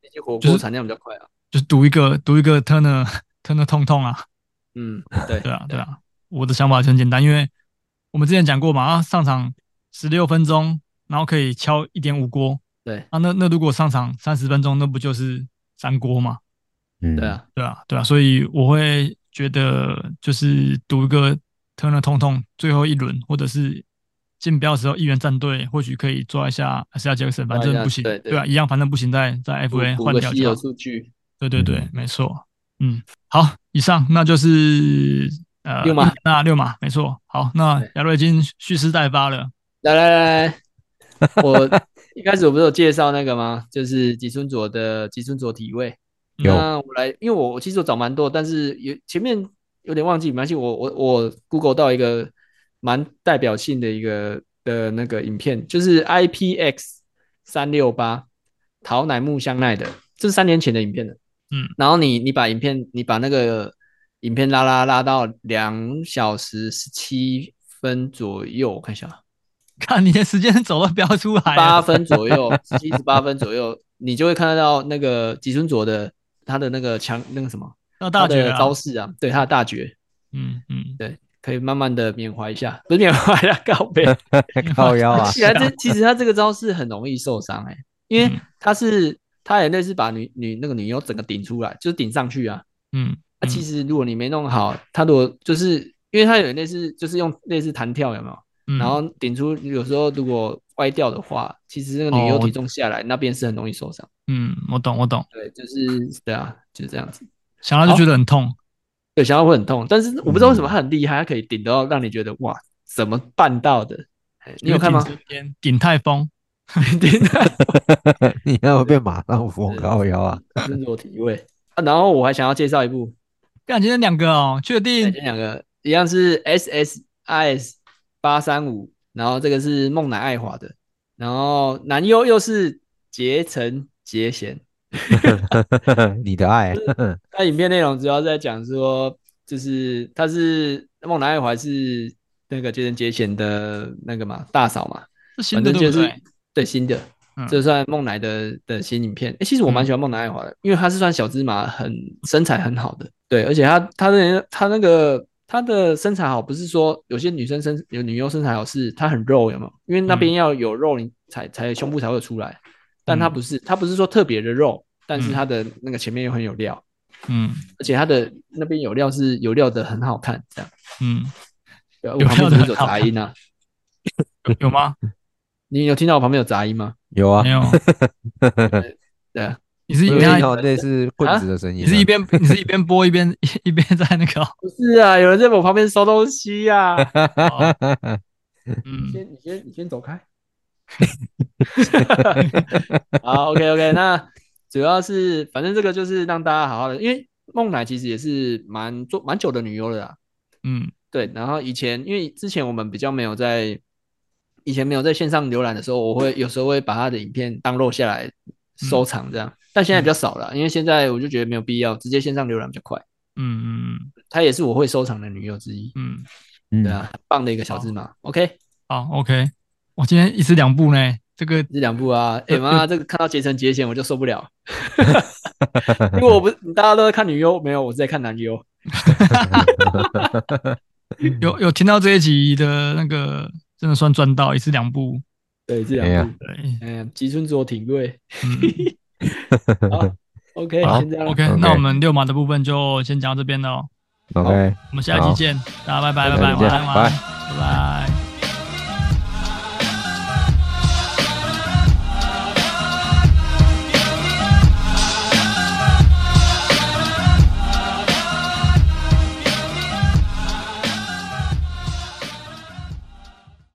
[SPEAKER 3] 毕竟火
[SPEAKER 4] 就是
[SPEAKER 3] 锅产量比较快啊。
[SPEAKER 4] 就是赌一个赌一个 Turner Turner 痛痛啊，
[SPEAKER 3] 嗯，对
[SPEAKER 4] 对啊对啊，我的想法很简单，因为我们之前讲过嘛，啊上场十六分钟，然后可以敲一点五锅，
[SPEAKER 3] 对
[SPEAKER 4] 啊那那如果上场三十分钟，那不就是三锅嘛？
[SPEAKER 2] 嗯
[SPEAKER 3] 对，啊，
[SPEAKER 4] 对啊，对啊，所以我会觉得就是赌一个 Turner 通通最后一轮，或者是竞标的时候，一员战队或许可以抓一下阿斯亚杰克森，反
[SPEAKER 3] 抓一
[SPEAKER 4] 正
[SPEAKER 3] 下
[SPEAKER 4] 不行，
[SPEAKER 3] 对对
[SPEAKER 4] 啊，一样反正不行，再再
[SPEAKER 3] 补
[SPEAKER 4] FA
[SPEAKER 3] 补
[SPEAKER 4] 换
[SPEAKER 3] 个
[SPEAKER 4] 掉
[SPEAKER 3] 稀
[SPEAKER 4] 就
[SPEAKER 3] 有
[SPEAKER 4] 好。
[SPEAKER 3] 数据。
[SPEAKER 4] 对对对
[SPEAKER 2] 嗯，
[SPEAKER 4] 没错。嗯，好，以上那就是呃
[SPEAKER 3] 六码，
[SPEAKER 4] 那六码没错。好，那
[SPEAKER 3] 对
[SPEAKER 4] 亚瑞已经蓄势待发了。
[SPEAKER 3] 来来来来，我一开始我不是有介绍那个吗？就是吉村佐的吉村佐体位。
[SPEAKER 2] 有
[SPEAKER 3] 那我来，因为我我其实我找蛮多，但是有前面有点忘记，没关系，我我我 Google 到一个蛮代表性的一个的那个影片，就是 IPX 三六八桃乃木香奈的，这是三年前的影片了。
[SPEAKER 4] 嗯，
[SPEAKER 3] 然后你你把影片你把那个影片拉拉拉到两小时十七分左右，我看一下啊，
[SPEAKER 4] 看你的时间轴都标出来
[SPEAKER 3] 八
[SPEAKER 4] 了，
[SPEAKER 3] 分左右，七十八分左右，你就会看得到那个吉村佐的他的那个强那个什么
[SPEAKER 4] 到大
[SPEAKER 3] 他
[SPEAKER 4] 绝
[SPEAKER 3] 的
[SPEAKER 4] 啊
[SPEAKER 3] 招。式啊，对他的大绝，
[SPEAKER 4] 嗯嗯，，
[SPEAKER 3] 可以慢慢的缅怀一下，不是缅怀啊，告别。
[SPEAKER 2] 靠腰啊
[SPEAKER 3] 其实这其实他这个招式很容易受伤哎、因
[SPEAKER 4] 嗯
[SPEAKER 3] 为他是他也类似把女女那个女优整个顶出来，就是顶上去啊。
[SPEAKER 4] 嗯，
[SPEAKER 3] 那、其实如果你没弄好，他如果就是因为他有点类似就是用类似弹跳有没有？
[SPEAKER 4] 嗯
[SPEAKER 3] 然后顶出有时候如果歪掉的话，其实那个女
[SPEAKER 4] 哦
[SPEAKER 3] 优
[SPEAKER 4] 我
[SPEAKER 3] 体重下来、那边是很容易受伤。
[SPEAKER 4] 嗯，我懂我懂，
[SPEAKER 3] 对，就是对啊，就是这样子。
[SPEAKER 4] 想到就觉得很痛。
[SPEAKER 3] 对，想要会很痛，但是我不知道为什么他很厉害，他可以顶到让你觉得哇，怎么办到的？哎你有看吗？
[SPEAKER 4] 顶这边？顶泰丰，
[SPEAKER 3] 顶到
[SPEAKER 2] 你要不要变马上疯
[SPEAKER 3] 对
[SPEAKER 2] 靠腰啊？
[SPEAKER 3] 身着体位啊。然后我还想要介绍一部，
[SPEAKER 4] 干今天两个哦，确
[SPEAKER 3] 哎
[SPEAKER 4] 定
[SPEAKER 3] 这两个一样是 S S I S 八三五，然后这个是梦乃爱华的，然后男优又是结城结弦。
[SPEAKER 2] 你的爱，
[SPEAKER 3] 那影片内容主要在讲说，就是她是梦乃爱华是那个结城结弦的那个嘛大嫂嘛，
[SPEAKER 4] 是新
[SPEAKER 3] 反
[SPEAKER 4] 的
[SPEAKER 3] 正
[SPEAKER 4] 对
[SPEAKER 3] 就
[SPEAKER 4] 不
[SPEAKER 3] 是
[SPEAKER 4] 对？
[SPEAKER 3] 对新的
[SPEAKER 4] 嗯，
[SPEAKER 3] 这算梦乃的的新影片。诶其实我蛮喜欢梦乃爱华的，因为她是算小芝麻，很身材很好的。对，而且她她的她那个她的身材好，不是说有些女生身有女优身材好是她很肉，有没有？因为那
[SPEAKER 4] 嗯
[SPEAKER 3] 边要有肉，你才才胸部才会出来。但她不是，她不是说特别的肉，但是她的那个前面又很有料，
[SPEAKER 4] 嗯
[SPEAKER 3] 而且她的那边有料是有料的很好看，这样。
[SPEAKER 4] 嗯，
[SPEAKER 3] 对，啊我
[SPEAKER 4] 有
[SPEAKER 3] 旁
[SPEAKER 4] 料
[SPEAKER 3] 边是
[SPEAKER 4] 得
[SPEAKER 3] 不是
[SPEAKER 4] 很
[SPEAKER 3] 有
[SPEAKER 4] 好
[SPEAKER 3] 杂
[SPEAKER 4] 看
[SPEAKER 3] 音啊？
[SPEAKER 4] 有有 吗？
[SPEAKER 3] 你有听到我旁边有杂音吗？
[SPEAKER 2] 有啊
[SPEAKER 4] 没，有，
[SPEAKER 3] 对啊，
[SPEAKER 4] 你是
[SPEAKER 2] 有
[SPEAKER 4] 你
[SPEAKER 2] 听
[SPEAKER 4] 看
[SPEAKER 2] 到类似棍子的声音
[SPEAKER 4] 你
[SPEAKER 2] 啊，
[SPEAKER 4] 是一边你是一边播一边 一边在那个哦
[SPEAKER 3] 不是啊，有人在我旁边收东西呀、啊。
[SPEAKER 4] 嗯
[SPEAKER 3] 先，你先，你先走开。 好，OK OK，那主要是反正这个就是让大家好好的，因为梦奶其实也是蛮做蛮久的女优了啦。
[SPEAKER 4] 嗯
[SPEAKER 3] 对，然后以前因为之前我们比较没有在以前没有在线上浏览的时候，我会有时候会把她的影片 download 下来收藏这样，但现在比较少了，因为现在我就觉得没有必要，直接线上浏览比较快。
[SPEAKER 4] 嗯嗯
[SPEAKER 3] 她也是我会收藏的女优之一，
[SPEAKER 4] 嗯，
[SPEAKER 2] 嗯
[SPEAKER 3] 对啊，很棒的一个小芝麻。OK，
[SPEAKER 4] 好，OK，我今天一次两部呢，这个
[SPEAKER 3] 这两部啊，哎、妈，这个看到结成结弦我就受 不了， 因为我不大家都在看女优，没有我是在看男优，嗯
[SPEAKER 4] 有有听到这一集的那个，真的算赚到一次两部，
[SPEAKER 3] 对这
[SPEAKER 2] 哎
[SPEAKER 3] 两
[SPEAKER 2] 呀
[SPEAKER 3] 部，
[SPEAKER 4] 对，
[SPEAKER 3] 嗯，吉村卓挺贵
[SPEAKER 4] 嗯
[SPEAKER 3] 好，OK，
[SPEAKER 4] 好
[SPEAKER 3] 先这样啦
[SPEAKER 4] ，OK，那我们六马的部分就先讲到这边了哦，
[SPEAKER 2] OK，
[SPEAKER 4] 我们下一集见，大家拜拜
[SPEAKER 2] 下
[SPEAKER 4] 拜
[SPEAKER 2] 一集
[SPEAKER 4] 拜，
[SPEAKER 2] 见
[SPEAKER 4] 晚安晚安，拜拜。